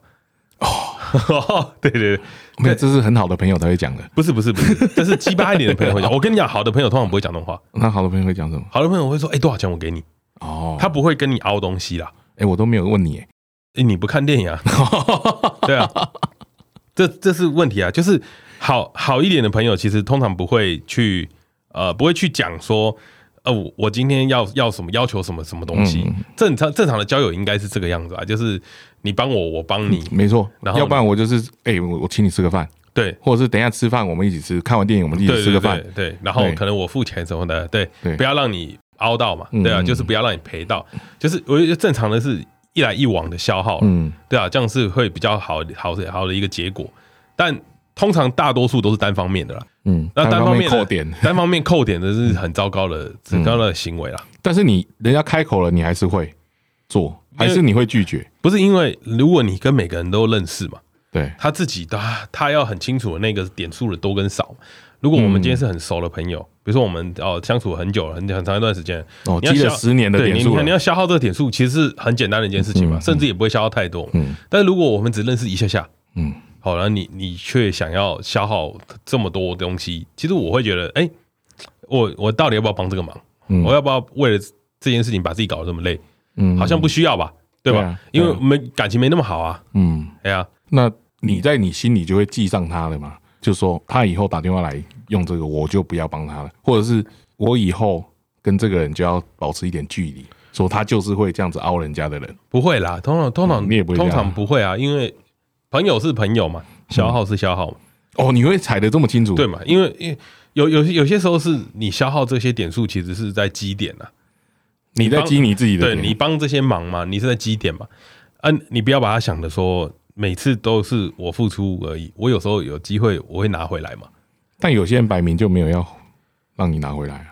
B: 哦， 对对对，
A: 没有，这是很好的朋友才会讲的。
B: 不是不是不是，但是鸡巴一点的朋 友会讲。我跟你讲，好的朋友通常不会讲这种话，
A: 那好的朋友会讲什么？
B: 好的朋友会说：“哎、多少钱我给你？”
A: 哦，
B: 他不会跟你凹东西啦。
A: 哎、我都没有问 你、哎
B: 哎、你不看电影啊？ 对啊，这这是问题啊。就是好好一点的朋友，其实通常不会去呃，不会去讲说，呃，我我今天要要什么要求什么什么东
A: 嗯
B: 西。正常正常的交友应该是这个样子啊，就是你帮我，我帮你。
A: 没错，
B: 然后呢
A: 要不然我就是，哎、我我请你吃个饭，
B: 对
A: 或者是等一下吃饭我们一起吃，看完电影我们一
B: 对
A: 起吃
B: 对
A: 个饭
B: 对，对，然后
A: 对
B: 可能我付钱什么的，对
A: 对，
B: 不要让你凹到嘛，
A: 嗯
B: 对啊，
A: 嗯
B: 就是不要让你赔到，就是我觉得正常的是一来一往的消耗，
A: 嗯，
B: 对啊，这样是会比较好好的好的一个结果。但通常大多数都是单方面的啦，
A: 嗯，
B: 那单
A: 单
B: 方
A: 方
B: 面
A: 面
B: 的
A: 扣点。嗯
B: 单方面扣点 的是很糟糕的、很糟糕的行为啦。
A: 但是你人家开口了，你还是会做，还是你会拒绝？
B: 不是因为如果你跟每个人都认识嘛，
A: 对，
B: 他自己他他要很清楚的那个点数的多跟少。如果我们今天是很熟的朋友，比如说我们哦相处很久了，很很长一段时间，
A: 哦，
B: 你要
A: 积了
B: 消
A: 十年的
B: 对，
A: 点
B: 你
A: 数
B: 看你
A: 了，
B: 要消耗这个点数，其实是很简单的一件事情嘛，
A: 嗯嗯
B: 甚至也不会消耗太多。
A: 嗯
B: 但是如果我们只认识一下下，
A: 嗯，
B: 好，然后你你却想要消耗这么多东西，其实我会觉得，哎、我我到底要不要帮这个忙？
A: 嗯
B: 我要不要为了这件事情把自己搞得这么累？
A: 嗯
B: 好像不需要吧，对吧？
A: 对啊
B: 因为
A: 对啊
B: 我们感情没那么好啊，
A: 嗯，
B: 哎呀、
A: 那你在你心里就会记上他了嘛？就说他以后打电话来用这个，我就不要帮他了，或者是我以后跟这个人就要保持一点距离，说他就是会这样子凹人家的人。
B: 不会啦，通常通常、
A: 嗯你也不会这
B: 通
A: 样嗯
B: 常不会啊，因为朋友是朋友嘛，消耗是消耗嘛，
A: 哦，你会踩得这么清楚？
B: 对，嘛？因为因为有有有些时候是你消耗这些点数，其实是在积点啊。
A: 你在激你自己的
B: 对
A: 点，
B: 你帮这些忙嘛，你是在积点嘛？啊，你不要把它想的说每次都是我付出而已，我有时候有机会我会拿回来嘛。
A: 但有些人摆明就没有要让你拿回来啊，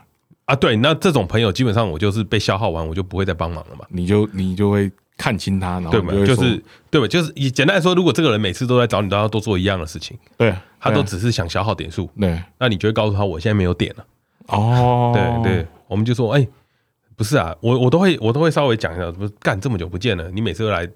B: 啊，对，那这种朋友基本上我就是被消耗完，我就不会再帮忙了嘛，
A: 你就你就会看清他，然后
B: 对
A: 你
B: 嘛？
A: 会
B: 就
A: 说
B: 是对吧？就是以简单来说，如果这个人每次都在找你，都要多做一样的事情，
A: 对，
B: 他
A: 对
B: 都
A: 啊
B: 只是想消耗点数，
A: 对
B: 那你就会告诉他我现在没有点了。
A: 哦，
B: 对对，我们就说，哎，不是啊，我我都会我都会稍微讲一下，不是干这么久不见了，你每次都来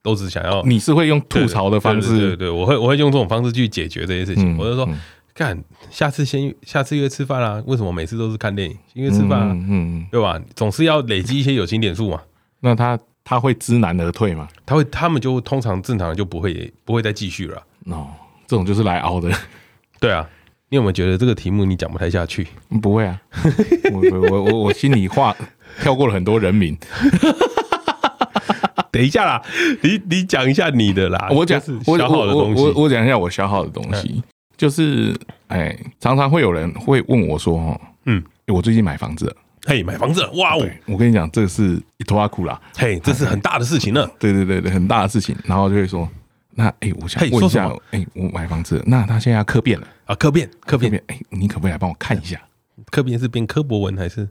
B: 都只想要
A: 你是会用吐槽的方
B: 对对对
A: 式，
B: 对，我会我会用这种方式去解决这些事
A: 嗯
B: 情。我就说
A: 嗯，
B: 干，下次先下次约吃饭啦、为什么每次都是看电影？因为吃饭、啊，
A: 嗯嗯嗯，
B: 对吧？总是要累积一些友情点数嘛。
A: 那他他会知难而退嘛？
B: 他会，他们就通常正常人就不会不会再继续了啊。
A: 哦，这种就是来熬的。
B: 对啊，你有没有觉得这个题目你讲不太下去？
A: 嗯 不会啊，我我我我我心里话跳过了很多人名，
B: 等一下啦，你你讲一下你的啦。
A: 我讲
B: 啊就是
A: 我
B: 消耗的
A: 我
B: 东
A: 我
B: 西，嗯
A: 我讲一下我消耗的东西，就是哎，常常会有人会问我说，哦，
B: 嗯，
A: 我最近买房子了，
B: 嘿，买房子了，哇哦，
A: 对我跟你讲，这是一拖拉苦啦，
B: 嘿，这是很大的事情呢。
A: 对对对对，很大的事情，然后就会说，那哎，我想
B: 嘿
A: 问
B: 说
A: 一
B: 什
A: 下
B: 么，
A: 哎，我买房子了，那他现在要客变了，
B: 啊，科变，
A: 客
B: 科变，
A: 变，哎，你可不可以来帮我看一下？
B: 科变是变科博文还是？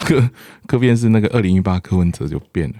A: 客客变是那个二零一八柯文哲就变了，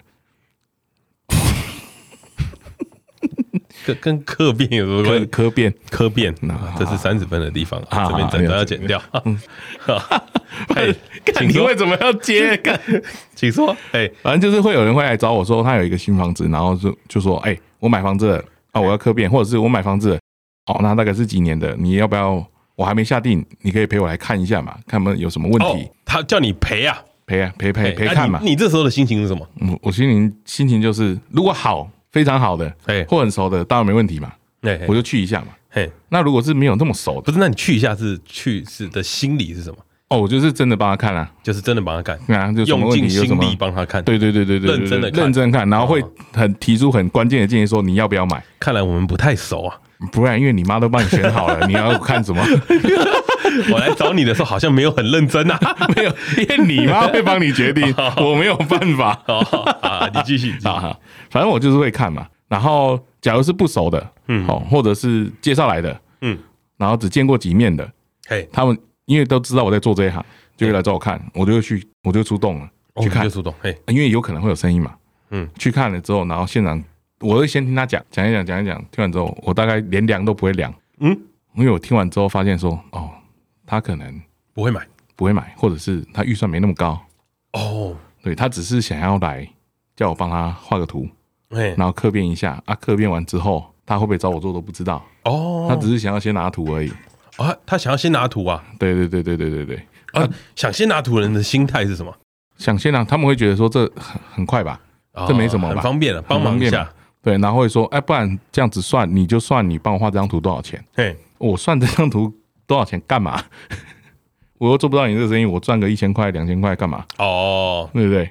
B: 跟跟客变有什么关
A: 柯
B: 系？
A: 柯变，
B: 科变
A: 啊，
B: 这是三十分的地方，
A: 啊
B: 这边整
A: 啊
B: 段
A: 啊
B: 要剪掉。 哎，
A: 看
B: 请
A: 你
B: 说
A: 为，什么要接？干
B: 请说。哎，
A: 反正就是会有人会来找我说，他有一个新房子，然后就就说，哎、我买房子了啊，我要客变，或者是我买房子了，哦，那大概是几年的？你要不要？我还没下定，你可以陪我来看一下嘛，看有没有有什么问
B: 哦
A: 题，，
B: 他叫你赔啊，
A: 陪啊陪陪
B: 哎
A: 陪
B: 啊
A: 看
B: 你
A: 嘛。
B: 你这时候的心情是什么？
A: 嗯，我心情心情就是，如果好，非常好的，
B: 哎
A: 或很熟的，当然没问题嘛，
B: 哎
A: 我就去一下嘛。
B: 哎，
A: 那如果是没有那么熟的，
B: 不是，那你去一下是去是的心理是什么？
A: 哦，我就是真的帮他看啊，
B: 就是真的帮他干，
A: 看啊，就什么
B: 用
A: 问
B: 尽
A: 题有什
B: 心
A: 么。
B: 力帮他看。，
A: 对对对对对，对
B: 认真地看
A: 认真看，然后会
B: 哦
A: 很提出很关键的建议，说你要不要买。
B: 看来我们不太熟啊。
A: 不然，因为你妈都帮你选好了，你要看什么？
B: 我来找你的时候好像没有很认真啊。
A: 没有，因为你妈会帮你决定，我没有办 法
B: 哦，啊，你继续。继续
A: 啊。反正我就是会看嘛。然后，假如是不熟的，嗯，哦，或者是介绍来的，
B: 嗯，
A: 然后只见过几面的，
B: 嘿，
A: 他们因为都知道我在做这一行，就会来找我看，我就会去，我就出动了，
B: 哦
A: 去看
B: 你就，主动。嘿，
A: 因为有可能会有声音嘛，
B: 嗯，
A: 去看了之后，然后现场我会先听他讲，讲一讲，讲一讲，听完之后，我大概连量都不会量，
B: 嗯，
A: 因为我听完之后发现说，哦，他可能
B: 不会买
A: 不会买，或者是他预算没那么高，
B: 哦。
A: 对他只是想要来叫我帮他画个图，
B: 嘿，
A: 然后刻变一下啊，刻变完之后他会不会找我做都不知道，他
B: 哦，
A: 只是想要先拿图而已。
B: 啊，他想要先拿图啊
A: 对对对对对对对，
B: 啊，想先拿图的人的心态是什么？
A: 想先拿，他们会觉得说这很很快吧，
B: 啊
A: 这没什么吧
B: 很方便了，帮
A: 很
B: 忙一
A: 方便
B: 下
A: 嘛。对，然后会说，哎，不然这样子算，你就算你帮我画这张图多少钱，
B: 嘿，
A: 我算这张图多少钱干嘛？ 我又做不到你这个生意，我赚个一千块、两千块干嘛？
B: 哦，
A: 对不对？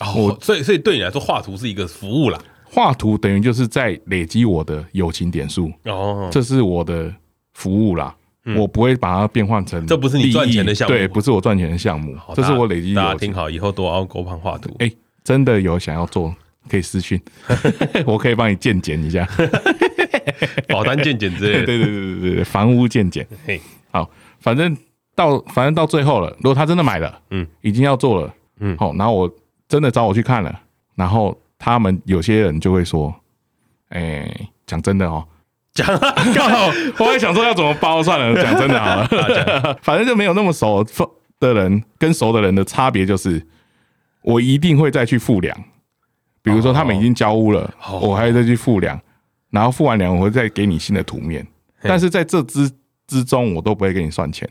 B: 哦，所以所以对你来说，画图是一个服务啦。
A: 画图等于就是在累积我的友情点数，
B: 哦，嗯
A: 这是我的服务啦，我不会把它变换成
B: 这不是你赚钱的项目
A: 利益对，不是我赚钱的项目
B: 好，
A: 这是
B: 大家
A: 我累积
B: 大
A: 友
B: 家
A: 情
B: 听。好，以后多凹狗旁 画图。
A: 哎、真的有想要做，可以私 讯，我可以帮你鉴检一下。
B: 保单鉴检之
A: 对
B: 类 的。
A: 对对对对对，房屋鉴检。
B: 嘿，
A: 好，反正到反正到最后了，如果他真的买了，
B: 嗯
A: 嗯，已经要做了，
B: 嗯
A: 嗯，好，然后我真的找我去看了，然后他们有些人就会说：“哎，讲真的哦，
B: 讲 啊，刚好
A: 我还想说要怎么包算了，讲真的好
B: 啊
A: 了， 反正就没有那么熟的人跟熟的人的差别就是，我一定会再去付粮。比如说他们已经交屋了，
B: 哦
A: 我还会再去付粮，然后付完粮我会再给你新的图面，
B: 嘿
A: 但是在这之之中我都不会给你算钱。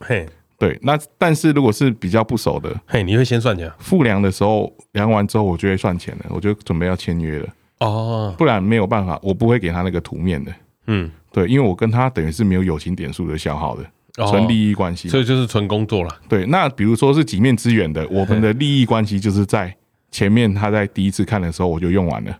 B: 嘿
A: 对，那但是如果是比较不熟的，
B: 嘿，你会先算钱啊
A: 付粮的时候量完之后我就会算钱了，我就准备要签约了，
B: 哦，
A: 不然没有办法，我不会给他那个图面的。
B: 嗯，
A: 对，因为我跟他等于是没有友情点数的消耗的，
B: 哦
A: 纯利益关系。
B: 所以就是纯工作了，
A: 对，那比如说是几面之缘的，我们的利益关系就是在前面他在第一次看的时候我就用完了，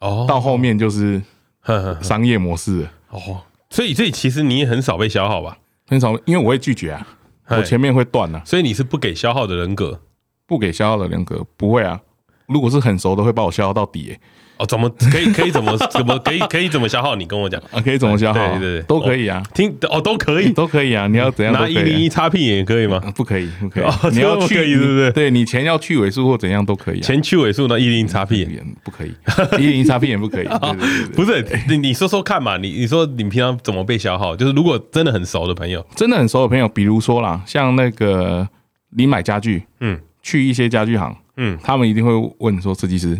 B: 哦，
A: 到后面就是
B: 哼哼哼
A: 商业模式了
B: 哦，所以所以其实你也很少被消耗吧？
A: 很少，因为我会拒绝啊，
B: 嘿
A: 我前面会断啊，
B: 所以你是不给消耗的人格
A: 不给消耗的人格不会啊。如果是很熟的，会把我消耗到底、欸。
B: 哦？怎么可以可以怎么怎么可以可以怎么消耗？你跟我讲，
A: 啊，可以怎么消耗、
B: 哎对对对
A: 都可以啊，
B: 听哦都可以，
A: 都可以啊。你要怎样都
B: 拿
A: 可以
B: 一
A: 啊、
B: 零一擦屁眼也可以吗？
A: 啊不可以，不可以。
B: 哦
A: 你
B: 这个
A: 要
B: 不
A: 去
B: 可以对不对
A: 对你钱要去尾数或怎样都可以、啊。
B: 前去尾数呢？一零一擦屁眼。
A: 眼不可以，一零一差片也不可以。对对对对
B: 不是你，你说说看嘛，你你说你平常怎么被消耗？就是如果真的很熟的朋友，
A: 真的很熟的朋友，比如说啦，像那个你买家具，
B: 嗯，
A: 去一些家具行，
B: 嗯
A: 他们一定会问说设计师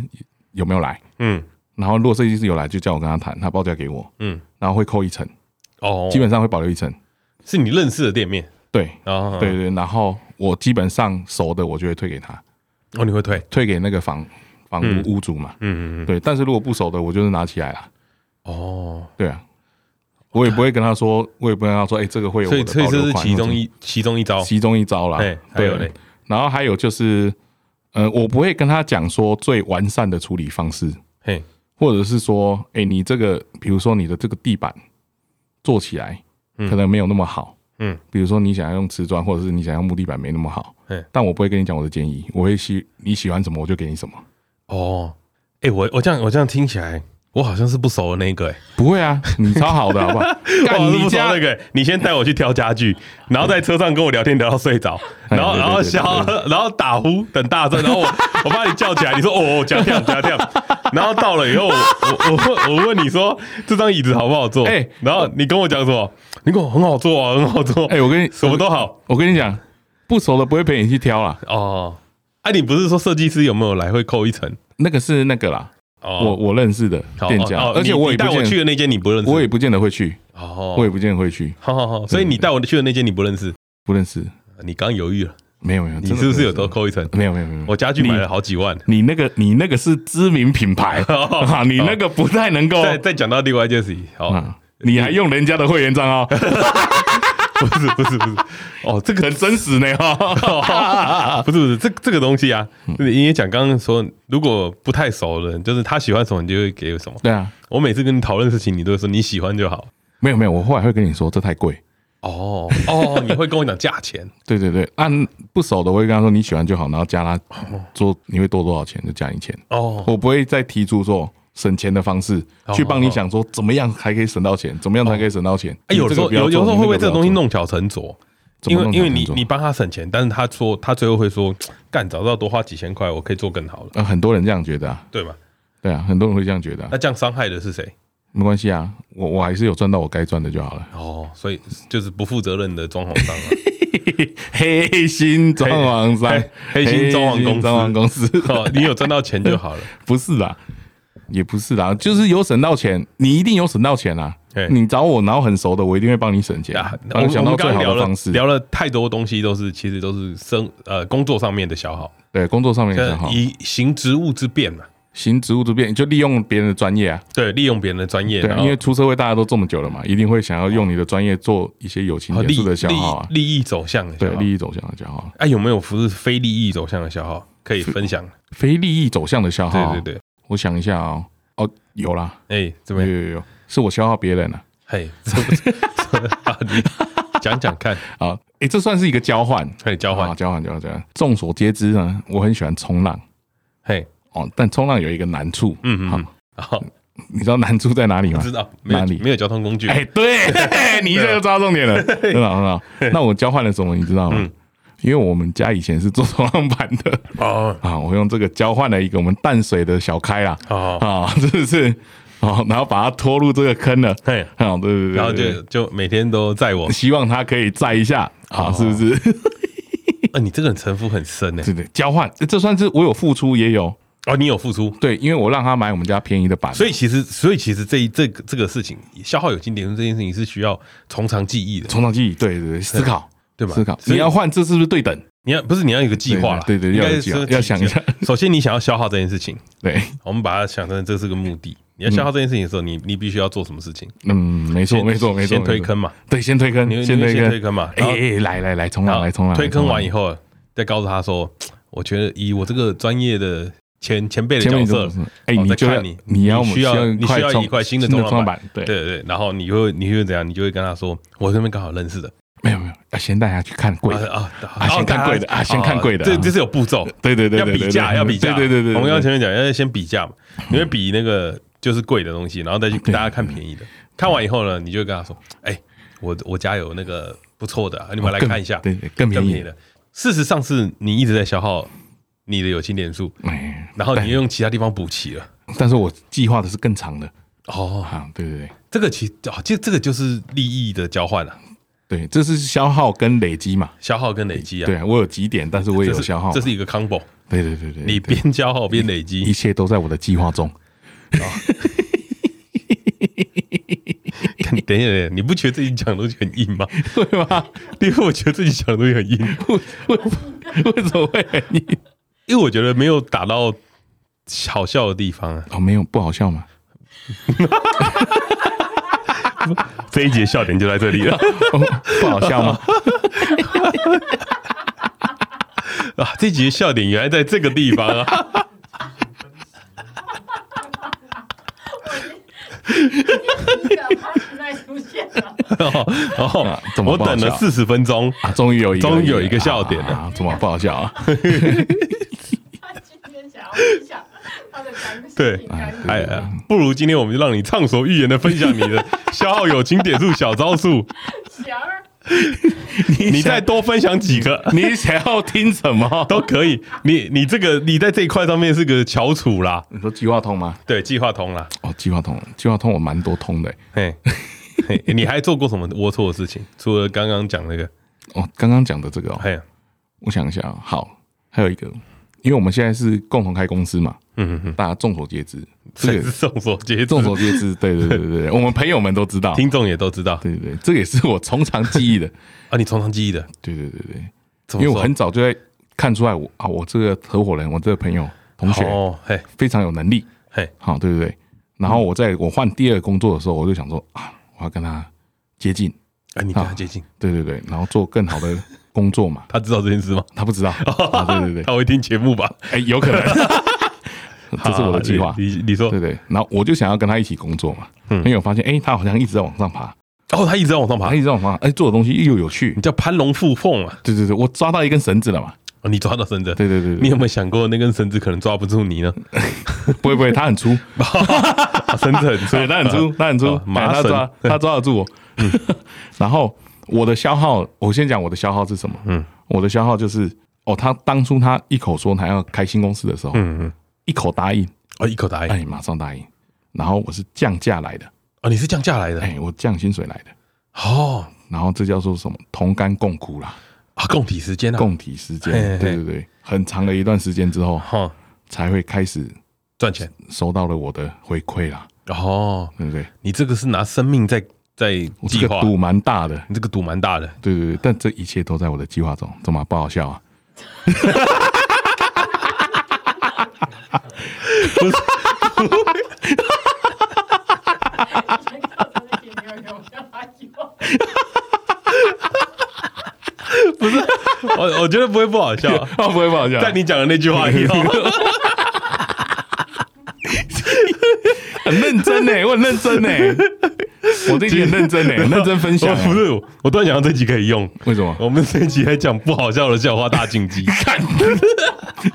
A: 有没有来，
B: 嗯
A: 然后如果设计师有来，就叫我跟他谈，他报价给我，
B: 嗯，
A: 然后会扣一层，
B: 哦，
A: 基本上会保留一层，
B: 是你认识的店面
A: 对
B: 哦，
A: 对，对，然后我基本上熟的我就会退给他，
B: 哦，你会退，
A: 退给那个房房
B: 嗯
A: 屋屋主嘛，
B: 嗯嗯嗯，
A: 对，但是如果不熟的，我就是拿起来了，
B: 哦，
A: 对啊。我也不会跟他说，我也不会跟他说，哎、这个会有我
B: 所
A: 的
B: 以所以
A: 保
B: 这
A: 留
B: 是
A: 款
B: 其
A: 或
B: 中
A: 者
B: 一其中一招，
A: 其中一招啦
B: 哎。还有嘞，
A: 然后还有就是，呃，我不会跟他讲说最完善的处理方式，
B: 嘿，
A: 或者是说，哎、你这个，比如说你的这个地板做起来可能没有那么好，
B: 嗯，
A: 比如说你想要用瓷砖，或者是你想要木地板没那么好
B: 嗯，
A: 但我不会跟你讲我的建议，我会喜你喜欢什么我就给你什么，
B: 哦，哎，我我这样我这样听起来，我好像是不熟的那一个，哎，
A: 不会啊，你超好的好不 好？干
B: 我是
A: 你
B: 不熟
A: 家
B: 那个，哎你先带我去挑 家具，然后在车上跟我聊天聊到睡着，
A: 哎
B: 然后
A: 对对
B: 然后
A: 对对
B: 消，然后打呼等大声，然后我 我把你叫起来，你说哦哦加跳加跳，然后到了以后我我我问我问你说这张椅子好不好坐？
A: 哎
B: 然后你跟我讲什么？你跟我很好坐啊，很好坐，
A: 哎、我跟你
B: 什么都好
A: 我跟你讲，不熟的不会陪你去挑啦，
B: 哦。哎，你不是说设计师有没有来会扣一层？
A: 那个是那个啦，我
B: 哦，
A: 我认识的
B: 好
A: 店家，
B: 哦哦
A: 而且
B: 你
A: 我也
B: 你带
A: 不
B: 我
A: 见
B: 去的那间你不认识，
A: 我也不见得会去，
B: 哦，
A: 我也不见得会去，
B: 好好好，所以你带我去的那间你不认识，
A: 不认识。
B: 你刚犹豫了，
A: 没有没有，
B: 你
A: 真的
B: 是不是有多扣一层？
A: 没有没有没有，
B: 我家具买了好几万。
A: 你你那个你那个是知名品 牌啊，你那个不太能够
B: 再再讲到另外一件事情，哦好，
A: 啊，你还用人家的会员哦账 号，
B: 不是不是不是，哦，这个哦
A: 很真实呢哦 哈。
B: 不是不是，这这个东西啊，你也讲刚刚说，如果不太熟的人，就是他喜欢什么，你就会给什么。
A: 对啊，
B: 我每次跟你讨论事情，你都会说你喜欢就好。
A: 没有没有，我后来会跟你说这太贵。
B: 哦哦，你会跟我讲价钱，
A: 对对对，按不熟的我会跟他说你喜欢就好，然后加他做你会多多少钱就加你钱，
B: 哦
A: 我不会再提出说省钱的方式
B: 哦
A: 去帮你想说怎么样还可以省到钱，怎么样才可以省到钱。
B: 哎，有
A: 你这
B: 时
A: 个
B: 候
A: 不要
B: 有
A: 做
B: 有时候会不会这个东西？
A: 你
B: 弄巧成拙？
A: 怎
B: 因
A: 么
B: 为
A: 弄
B: 因为你
A: 怎么弄
B: 你帮他省钱，但是他说他最后会说，干早知道多花几千块，我可以做更好了，
A: 那个呃很多人这样觉得啊，
B: 对吧？
A: 对啊，很多人会这样觉得啊
B: 那。这样伤害的是谁？
A: 没关系啊，我我还是有赚到我该赚的就好了。
B: 哦，所以就是不负责任的装潢 商啊。
A: 黑心装潢商，
B: 黑黑心装潢
A: 黑心
B: 公司
A: 装潢公司
B: 哦，你有赚到钱就好了。
A: 不是啦，也不是啦，就是有省到钱，你一定有省到钱啦
B: 对。
A: 你找我，然后很熟的，我一定会帮你省钱
B: 呀，，我
A: 帮
B: 们
A: 你想
B: 啊
A: 到
B: 我们刚
A: 最
B: 刚
A: 好
B: 聊
A: 的
B: 了
A: 方式。
B: 聊了太多东西，都是其实都是生呃工作上面的消耗，
A: 对，工作上面也
B: 呃
A: 好，
B: 以行职务之便嘛，
A: 行职务之便，就利用别人的专业啊。
B: 对，利用别人的专业，
A: 对啊，
B: 然后
A: 因为出社会大家都这么久了嘛，一定会想要用你的专业做一些友情
B: 然后
A: 元
B: 哦利
A: 素的消耗啊
B: 利。利益走向的消
A: 对，
B: 耗，
A: 利益走向的消耗，
B: 啊有没有不是非利益走向的消耗可以分享？
A: 非利益走向的消耗啊。
B: 对对
A: 我想一下哦，哦，有啦，
B: 对，哎，怎么
A: 有
B: 样？
A: 有有，是我消耗别人了
B: 嘿， 怎么啊你讲讲看，
A: 啊！诶，这算是一个交换，
B: 可以交换
A: 啊，交换，交换，交换。众所皆知呢，我很喜欢冲浪
B: 嘿，
A: 哦，但冲浪有一个难处，
B: 嗯嗯
A: 好
B: 嗯，好，
A: 你知道难处在哪里吗哎
B: 知？道没
A: 哪
B: 有
A: 里
B: 没有交通工具， 嗯
A: 哎，对，你这就抓重点了，很好很好。那我交换了什么，你知道吗？因为我们家以前是做冲浪板的
B: 哦
A: 啊，我用这个交换了一个我们淡水的小开啦，
B: 哦，
A: 啊， 是不是？哦，然后把它拖入这个坑了，
B: 嘿
A: 啊，对对对，
B: 然后
A: 对
B: 就就每天都载我
A: 对。希望它可以载一下
B: 哦
A: 啊，是不是？
B: 啊，你这个人城府很深呢。
A: 是的，交换，这算是我有付出也有
B: 哦，你有付出，
A: 对，因为我让他买我们家便宜的板，
B: 所以其实，所以其实这一这个这个事情，消耗有经典这件事情是需要从长计议的，
A: 从长计议，对对对，思考
B: 对吧？
A: 思考，
B: 啊所
A: 你
B: 以
A: 要换这是不是对等？
B: 你要不是你要有一个计划啦，
A: 对对对
B: 应
A: 要有
B: 该
A: 计划
B: 是
A: 要想一下。
B: 首先，你想要消耗这件事情，
A: 对，
B: 我们把它想成这是个目的。你要消耗这件事情的时候，你你必须要做什么事情？
A: 嗯，没错
B: 先
A: 没错没错，
B: 先推
A: 没错
B: 坑嘛，
A: 对，先推
B: 你
A: 坑，
B: 会
A: 先
B: 你会
A: 推
B: 先
A: 坑
B: 推坑嘛
A: 哎
B: 然后
A: 哎，哎来来来，冲浪来冲浪，
B: 推坑完以
A: 后，
B: 后，再告诉他说，我觉得以我这个专业的前前辈的
A: 前面
B: 角
A: 你
B: 色
A: 怎么，哎，
B: 哦
A: 你
B: 再
A: 就要
B: 看你
A: 你要
B: 需要你需要一块新的
A: 冲
B: 冲
A: 浪
B: 浪
A: 板，对，
B: 对对，然后你会你会怎样？你就会跟他说，我这边刚好认识的，
A: 没有没有，要先带他去看贵的，
B: 啊
A: 啊先看贵的啊先看贵的
B: 这
A: 啊
B: 这是有步骤，
A: 对对对，
B: 要
A: 对
B: 比
A: 对
B: 价，
A: 对
B: 要比价，
A: 对对对对，嗯
B: 我们
A: 对
B: 刚刚前面讲要先比价嘛，你会比那个就是贵的东西，然后再去
A: 对
B: 大家看便
A: 嗯
B: 宜的，看完以后呢，你就跟他说，哎，我我家有那个不错的啊，你们来
A: 哦更
B: 看一下，
A: 对对更便
B: 更
A: 宜
B: 便宜，的。事实上是你一直在消耗你的有薪点数，
A: 哎，
B: 然后你又用其他地方补齐了。
A: 但是我计划的是更长的
B: 哦，
A: 啊，对对对。
B: 这个其啊，这这个就是利益的交换啊，
A: 对，这是消耗跟累积嘛。
B: 消耗跟累积啊。
A: 对，啊，我有几点，但是我也
B: 这
A: 有
B: 是
A: 消耗嘛。
B: 这是一个 combo，
A: 对对对对，
B: 你
A: 对
B: 边消耗边累积
A: 一。切都在我的计划中。
B: 等一下，等一下，你不觉得自己讲的东西很硬吗？ 对吧？因为我觉得自己讲的东西很硬，
A: 为 为什么会很硬？
B: 因为我觉得没有打到好笑的地方啊。
A: 哦，没有不好笑嘛。
B: 这一节笑点就在这里了
A: 哦不好笑吗？
B: 啊！这一节笑点原来在这个地方啊！
C: 啊可怕存在出现了。
B: 哦
A: 啊怎，么
B: 我
A: 不好
B: 等
A: 笑
B: 了四十分钟，
A: 啊，终于有一个，
B: 终于有一个笑点了
A: 啊！怎么不好笑啊？
C: 他今天想要分享他的感情
B: 对
C: 感
A: 哎
C: 想
B: 哎，哎不如今天我们就让你畅所欲言的分享你 的消耗友情点数小招数，
C: 想儿
B: 你再多分享几个
A: 你想要听什么？
B: 都可以。你你这个你在这一块上面是个翘楚啦，
A: 你说计划通吗？
B: 对，计划通啦。
A: 哦，计划通，计划通我蛮多通的欸。
B: 嘿，嘿欸你还做过什么龌龊的事情？除了刚刚讲那个，
A: 哦，刚刚讲的这个哦，
B: 嘿，
A: 我想一下哦，好，还有一个，因为我们现在是共同开公司嘛，
B: 嗯嗯
A: 大家众所皆 知，
B: 嗯，
A: 这
B: 谁
A: 个
B: 是众所皆知，
A: 众所皆知，对对对对对，我们朋友们都知道，
B: 听众也都知道
A: 对对对，这个也是我从长计议的，
B: 啊。你常常记忆的，
A: 对对对对，
B: 怎
A: 因为
B: 么说
A: 我很早就在看出来我啊，我这个合伙人，我这个朋友同学
B: 哦，嘿，
A: 非常有能力，
B: 嘿，
A: 好，对不对？然
B: 嗯
A: 后我在我换第二个工作的时候，我就想说啊，我要跟他接近，
B: 哎，你跟
A: 啊
B: 他接近，，
A: 对对对，然后做更好的工作嘛
B: 他知道这件事吗？
A: 他不 知道，啊、对对对，
B: 他会听节目吧？
A: 哎，有可 能，这是我的计划
B: 好，你你说
A: 对，对，然后我就想要跟他一起工作嘛，因为我发现哎，他好像一直在往上爬，
B: 哦，他一直在往上爬
A: 他，一直在往上爬，哎，做的东西又有趣
B: 你，叫攀龙附凤啊！
A: 对对对，我抓到一根绳子了嘛，
B: 哦你抓到绳子，
A: 对对对对
B: 你有没有想过那根绳子可能抓不住你呢？
A: 不会不会，他很粗，
B: 啊绳子很粗
A: 对，，他很粗，他很粗
B: 哦，麻
A: 哎他
B: 绳
A: 抓他抓得住我。 然后我的消耗，我先讲我的消耗是什么？嗯，我的消耗就是，哦，他当初他一口说他要开新公司的时候，
B: 嗯嗯，
A: 一口答应，
B: 哦，一口答应，
A: 哎，马上答应。然后我是降价来的，
B: 哦，你是降价来的，
A: 哎，我降薪水来的。
B: 哦，
A: 然后这叫做什么？同甘共苦啦，
B: 啊，供体时间啊，
A: 共体时
B: 嘿嘿嘿
A: 间。对对对，很长的一段时间之后，
B: 哈，
A: 才会开始
B: 赚钱，
A: 收到了我的回馈啦，
B: 哦，
A: 对不对？
B: 你这个是拿生命在在
A: 我
B: 计
A: 这
B: 划
A: 个，赌蛮大的，
B: 你这个赌蛮大的，
A: 对对对，但这一切都在我的计划中，怎么不好笑啊？
C: 以前看到那哎个没有用，像他以 后
B: 哦我我觉得不会不好 笑啊，
A: 哦，不会不好笑
B: 在你讲的那句话以后，
A: 很认真 呢，我很认真呢，我这集很认真呢，很认真分享
B: 我
A: 欸。
B: 不是，我我突然想到这集可以用，
A: 为什么？
B: 我们这集还讲不好笑的笑话大 晋级。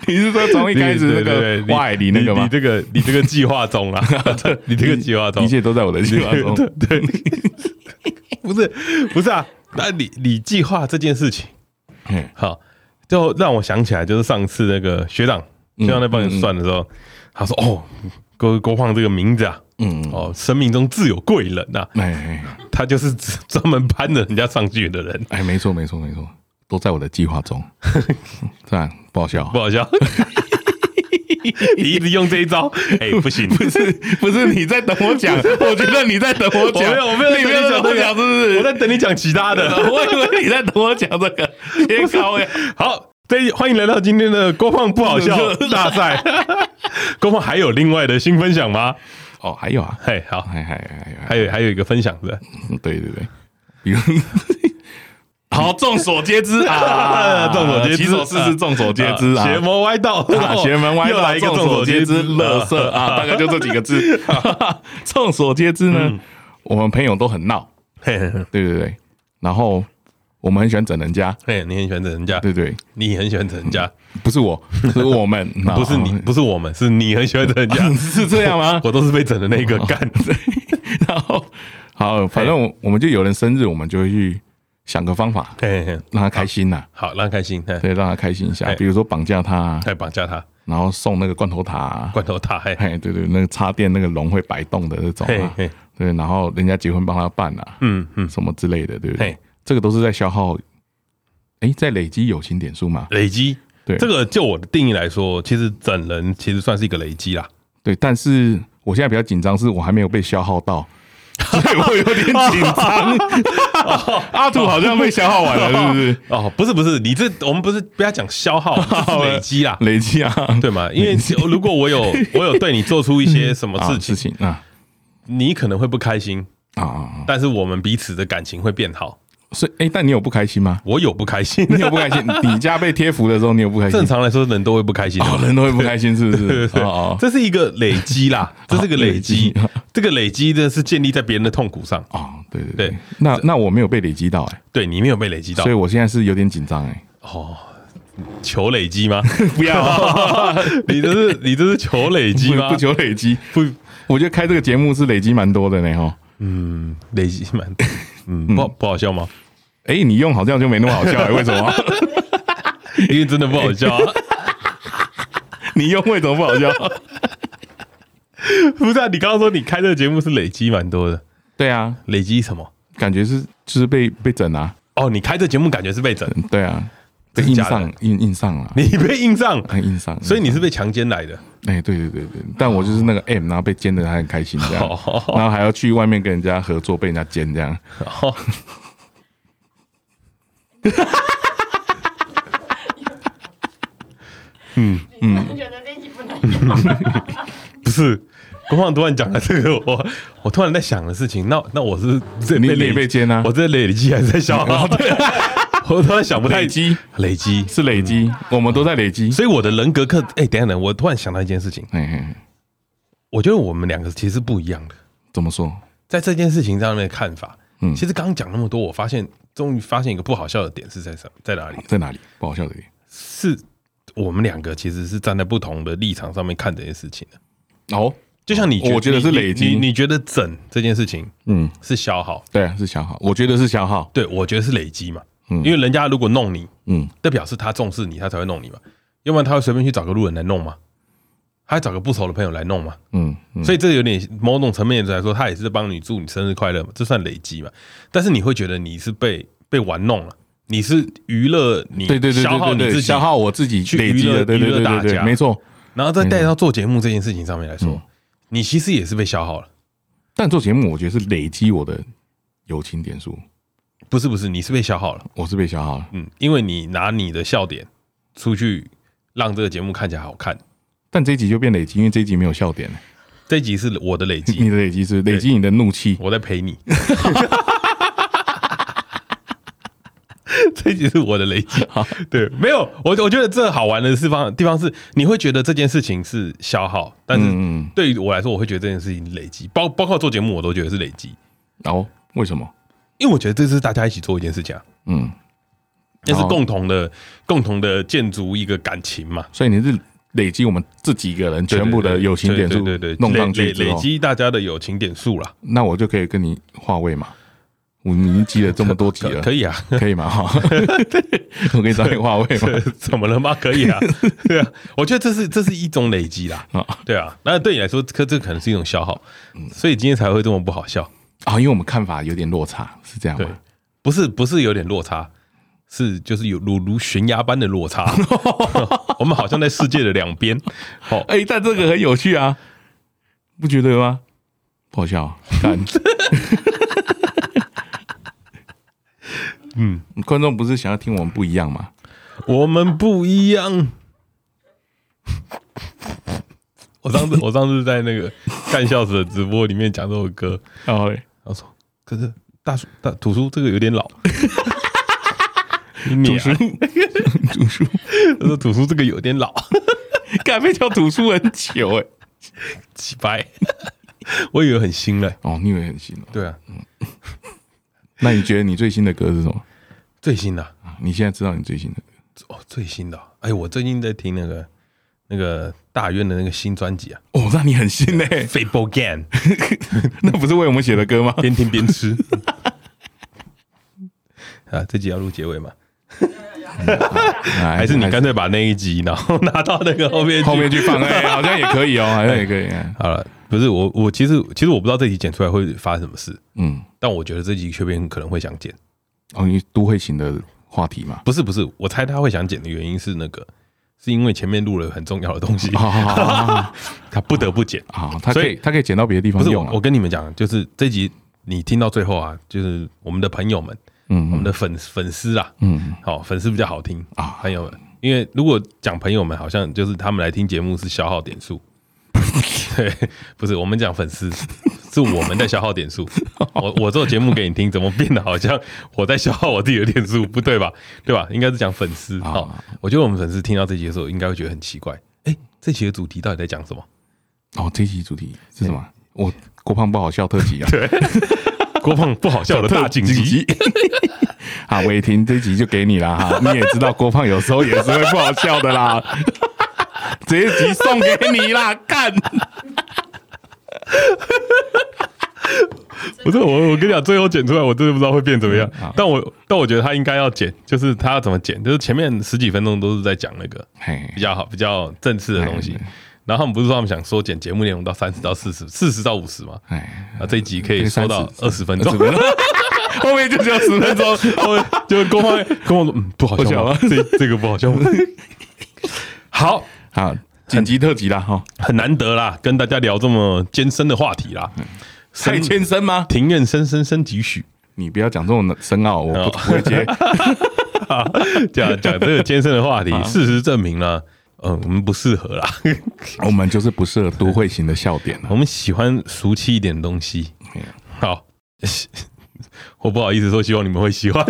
A: 你是说从一开始那
B: 对对
A: 个
B: 对
A: 花海里那个
B: 你你
A: 吗？
B: 这个你这个计划中 啦， 你这个计划中
A: 一，切都在我的计划中。
B: 对，不是不是啊，那你你计划这件事情，
A: 嘿
B: 好，就让我想起来，就是上次那个学长学长在帮你算的时候，他说：“哦，郭郭胖这个名字啊，
A: 嗯，
B: 哦，生命中自有贵人呐、
A: 哎哎哎
B: 他就是 只专门攀着人家上去的人，
A: 哎，没错没错没错，都在我的计划 中。这样不好笑
B: 不，好 笑。你一直用这一招，哎、不行，不是，
A: 不是你在等我 讲，我觉得你在等我
B: 我没有，我没有
A: 你没有
B: 在
A: 等
B: 等
A: 我
B: 你
A: 讲，
B: 讲
A: 是不
B: 这个我
A: 是？
B: 在等你讲其他 的。
A: 我以为你在等我讲这 个，别高呀！
B: 好，这一欢迎来到今天的郭胖不好笑 大赛。郭胖还有另外的新分享吗？
A: 哦，还有啊，
B: 嘿，好，
A: 还还还还
B: 还有还有一个分享的，
A: 哎嗯对对对，比如 好，众所皆 知啊，
B: 众所皆知，
A: 起手式是众所皆知啊，
B: 呃邪魔歪道，
A: 啊，邪门歪
B: 又
A: 道
B: 来一个
A: 众
B: 众
A: 所
B: 所
A: 皆
B: 皆
A: 知，
B: 知，
A: 乐色啊，大概就这几个 字。众所皆知
B: 嗯
A: 呢，我们朋友都很闹，
B: 嘿嘿嘿
A: 对对对，然后我们很喜欢整人家，
B: 嘿，你很喜欢整人家，
A: 对对，
B: 你也很喜欢整人家，
A: 不是 我，是我们，，
B: 不是你，不是我们，是你很喜欢整人家
A: 是这样 吗？
B: 我都是被整的 那个干。
A: 然后好，反正我我们就有人生日，我们就会去想个方法
B: 嘿嘿嘿
A: 让他开心呐，
B: 好，让他开心，嘿
A: 对，让他开心一下，
B: 哎
A: 比如说绑架他啊，
B: 再绑架他，
A: 然后送那个罐头塔啊，
B: 罐头他，嘿，
A: 哎，对对，那个插电那个龙会摆动的那种
B: 嘿
A: 啊，
B: 嘿，
A: 对，然后人家结婚帮他办啊，
B: 嗯嗯，
A: 什么之类的，对不对
B: 嘿？
A: 这个都是在消耗，哎，在累积友情点数嘛。
B: 累积。
A: 对
B: 这个就我的定义来说，其实整人其实算是一个累积啦。
A: 对，但是我现在比较紧张，是我还没有被消耗到，所以我有点紧 张。阿土好像被消耗完了，是不是？
B: 哦，不是不是，你这我们不是不要讲消 耗，是累积啦，
A: 累积啊，
B: 对吗？因为如果我有我有对你做出一些什么
A: 啊
B: 事
A: 事
B: 情，
A: 情啊
B: 你可能会不开心，
A: 啊啊！啊
B: 但是我们彼此的感情会变好。
A: 所以哎，但你有不开心吗？
B: 我有不开心，
A: 你有不开心？你家被贴符的时候，你有不开心
B: 正？常来说人都会不开心的嘛
A: 哦，人都会不开心，是不
B: 对
A: 是
B: 对？对
A: 哦
B: 这是一个累积啦， 这是一个累积
A: 累积，
B: 这个累积呢是建立在别人的痛苦上，
A: 哦哦，对对
B: 对
A: 对。那那我没有被累积到哎，
B: 对你没有被累积到
A: 所以，我现在是有点紧张哎。
B: 哦，求累积吗？
A: 不要，
B: 你这是你这是求啊累积吗？
A: 不求累积。
B: 不
A: 我觉得开这个节目是累积蛮多的呢哈。
B: 嗯，累积 蛮，嗯，不好不好笑吗？
A: 哎、你用好像就没那么好笑、欸，为什么？
B: 因为真的不好 笑啊，
A: 你用为什么不好笑？
B: 不是啊？你刚刚说你开这个节目是累积蛮多的，
A: 对啊，
B: 累积什么？
A: 感觉是就是被被整啊，
B: 哦，你开这节目感觉是被整，
A: 对啊，被
B: 真
A: 印
B: 的假的
A: 上印印上了，
B: 你被硬上，
A: 很印上。
B: 所以你是被强奸来的。
A: 哎、对对对对，但我就是那个 M，然后被奸的还很开心这样，
B: 哦
A: 然后还要去外面跟人家合作，被人家奸这样。
B: 哦，
C: 你突
A: 嗯
C: 然觉得这一集不能用，
B: 不是，国放突然讲了这个， 我我突然在想的事情，那那我是这
A: 你
B: 累
A: 你被奸啊
B: 我在累积还是在消耗？ 我突然想不太
A: 累积
B: 累积，
A: 是累积，我们都在累积。
B: 所以我的人格课，哎、等一下等一下，我突然想到一件事情，
A: 哎、哎
B: 我觉得我们两个其实不一样的，
A: 怎么说？
B: 在这件事情上面的看法。
A: 嗯
B: 其实刚刚讲那么多，我发现终于发现一个不好笑的点是在什在哪里？
A: 在哪里？不好笑的地
B: 是我们两个其实是站在不同的立场上面看这件事情的。
A: 方哦，
B: 就像你，
A: 我觉得是
B: 你
A: 累积
B: 你你你觉得整这件事情
A: 嗯，
B: 是消耗，
A: 对啊，是消耗，我觉得是消耗。
B: 对，我觉得是累积嘛，
A: 嗯
B: 因为人家如果弄你，
A: 嗯，
B: 那表示他重视你，他才会弄你嘛，要不然他会随便去找个路人来弄吗？他还找个不熟的朋友来弄嘛，
A: 嗯嗯，
B: 所以这有点某种层面来说，他也是在帮你祝你生日快乐嘛，这算累积嘛。但是你会觉得你是被被玩弄了，你是娱乐你，
A: 对对对
B: 消
A: 对
B: 耗
A: 对
B: 你
A: 对，
B: 自己
A: 消，耗我自己
B: 去
A: 累
B: 娱
A: 积
B: 乐
A: 的，对
B: 娱
A: 对
B: 乐
A: 对
B: 大
A: 对对，
B: 家
A: 没错。
B: 然后再
A: 嗯
B: 带到做节目这件事情上面来说，你其实也是被消耗了，
A: 但做节目，我觉得是累积我的友情点数，
B: 不是不是，你是被消耗了，
A: 我是被消耗了。
B: 嗯，因为你拿你的笑点出去让这个节目看起来好看。
A: 但这一集就变累积，因为这一集没有笑点了。
B: 这一集是我的累
A: 你
B: 积，
A: 的累积是累积你的怒气，
B: 我在陪你。 这一集是我的累积， 对，没有我，我觉得这好玩的地方地方是，你会觉得这件事情是消耗，但
A: 嗯
B: 是
A: 嗯
B: 对于我来说，我会觉得这件事情累积，包包括做节目，我都觉得是累积，
A: 然后为什么？
B: 因为我觉得这是大家一起做一件事情啊，
A: 嗯，
B: 那是
A: 哦
B: 共同的共同的建筑一个感情嘛，
A: 所以你是累积我们这几个人全部的友情点数
B: 对对对，对
A: 弄上去
B: 累累
A: 之
B: 累
A: 后，
B: 积大家的友情点数啦。
A: 那我就可以跟你化位嘛。我们已经记了这么多集
B: 可
A: 了，
B: 可以啊，
A: 可以吗？ 哈，我给你找点话位嘛。
B: 怎么了吗？可以啊，对啊，我觉得这是这是一种累积啦，
A: 啊
B: 对啊，那对你来说，可这可能是一种消耗，所以今天才会这么不好笑。
A: 啊，因为我们看法有点落差，是这样
B: 对
A: 吗？，
B: 不是不是有点落差，是就是有如如悬崖般的落差。我们好像在世界的两边。好、
A: 哎、但这个很有趣啊，不觉得吗？不好笑、啊，看，
B: 嗯，
A: 观众不是想要听我们不一样吗？
B: 我们不一样。我上次我上次在那个干笑死的直播里面讲这首歌，
A: 然后嘞，
B: 然后说，可是大叔大土叔这个有点老。你
A: 主
B: 啊
A: 书，主书，
B: 他说土叔这个有点老，
A: 干被叫主书很久哎、
B: 几白， 我以为很新嘞。
A: 哦，你以为很新哦？
B: 对啊，
A: 那你觉得你最新的歌是什么？
B: 最新的啊、
A: 啊你现在知道你最新的歌
B: 哦，最新的啊、哎，我最近在听那个那个大院的那个新专辑啊
A: 哦，那你很新嘞、
B: 《Fable Gan》，
A: 那不是为我们写的 歌吗？
B: 边听边吃。啊，这集要录结尾吗？还
A: 哎还
B: 是你干脆把那一集，然后拿到那个后面去
A: 后面去放？哎、好像也可以哦，好像也可以、哎
B: 好了，不是我，我其实其实我不知道这集剪出来会发生什么事，
A: 嗯，
B: 但我觉得这集缺边可能会想剪。
A: 哦，你都会型的话题嘛。
B: 不是不是，我猜他会想剪的原因是那个，是因为前面录了很重要的东西，
A: 好好好好好
B: 他不得不剪。
A: 好，他
B: 所
A: 啊可
B: 以
A: 以他可以剪到别的地
B: 不
A: 方
B: 是我
A: 用，啊
B: 我。跟你们讲，就是这集你听到最后啊，就是我们的朋友们，
A: 嗯
B: 我们的粉粉丝啊，
A: 嗯，
B: 好、粉丝比较好听
A: 啊
B: 朋友们，因为如果讲朋友们，好像就是他们来听节目是消耗点数， 对，不是我们讲 粉丝。是我们在消耗点数，
A: 哦
B: 我我做节目给你听，怎么变得好像我在消耗我自己的点数，不对吧？对吧？应该是讲粉丝
A: 啊
B: 哦。我觉得我们粉丝听到这集的时候，应该会觉得很奇怪，哎、这集的主题到底在讲什么？
A: 哦，这一期主题是什么？我郭胖不好笑特 辑啊，对，
B: 郭胖不好笑的大晋级，。
A: 啊，伟霆这一集就给你啦哈，你也知道郭胖有时候也是会不好笑的啦， 这一集送给你啦，干！
B: 不是我，我跟你讲，最后剪出来，我真的不知道会变怎么样。但我但我觉得他应该要剪，就是他要怎么剪，就是前面十几分钟都是在讲那个
A: 嘿
B: 比，较好、比较正式的东西
A: 哎。
B: 然后他们不是说他们想缩减节目内容到三十到四十、四十到五十嘛？
A: 哎，
B: 啊，这一集嗯可以缩到二十分
A: 20
B: 钟，
A: 分钟 后面就只有十分钟，
B: 我就郭胖 跟我说，嗯，不好笑
A: 不好
B: 吗？这这个不好笑 吗？好，
A: 好，紧急特辑啦哈，
B: 很难得啦，跟大家聊这么艰深的话题啦。
A: 太
B: 深
A: 艰深吗？
B: 庭院深深深几许？
A: 你不要讲这种深奥，我不
B: 哦
A: 不会 接。
B: 讲讲这个艰深的话题，事实证明了，嗯，我们不适合啦。
A: 我们就是不适合都会型的笑点了。啊
B: 我们喜欢俗气一点的东西。好， 我不好意思说，希望你们会喜欢。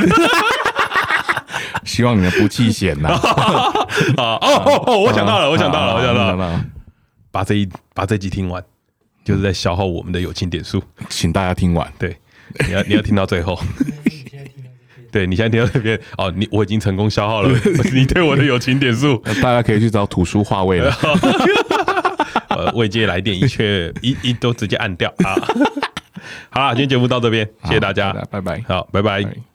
A: 希望你们不弃险 呐。
B: 啊哦哦哦，我想到了，我想到了，
A: 啊
B: 我想到了，
A: 了，
B: 把这一把这集听完，就是在消耗我们的友情点数。
A: 请大家听完。
B: 对，你要你要听到最后。对你现在听到这边哦，你我已经成功消耗了你对我的友情点数。
A: 那大家可以去找图书话位了。
B: 呃，未接来电一却一一都直接按掉啊。好啦，今天节目到这边，谢谢大家，
A: 拜拜。
B: 好，拜拜。
A: 拜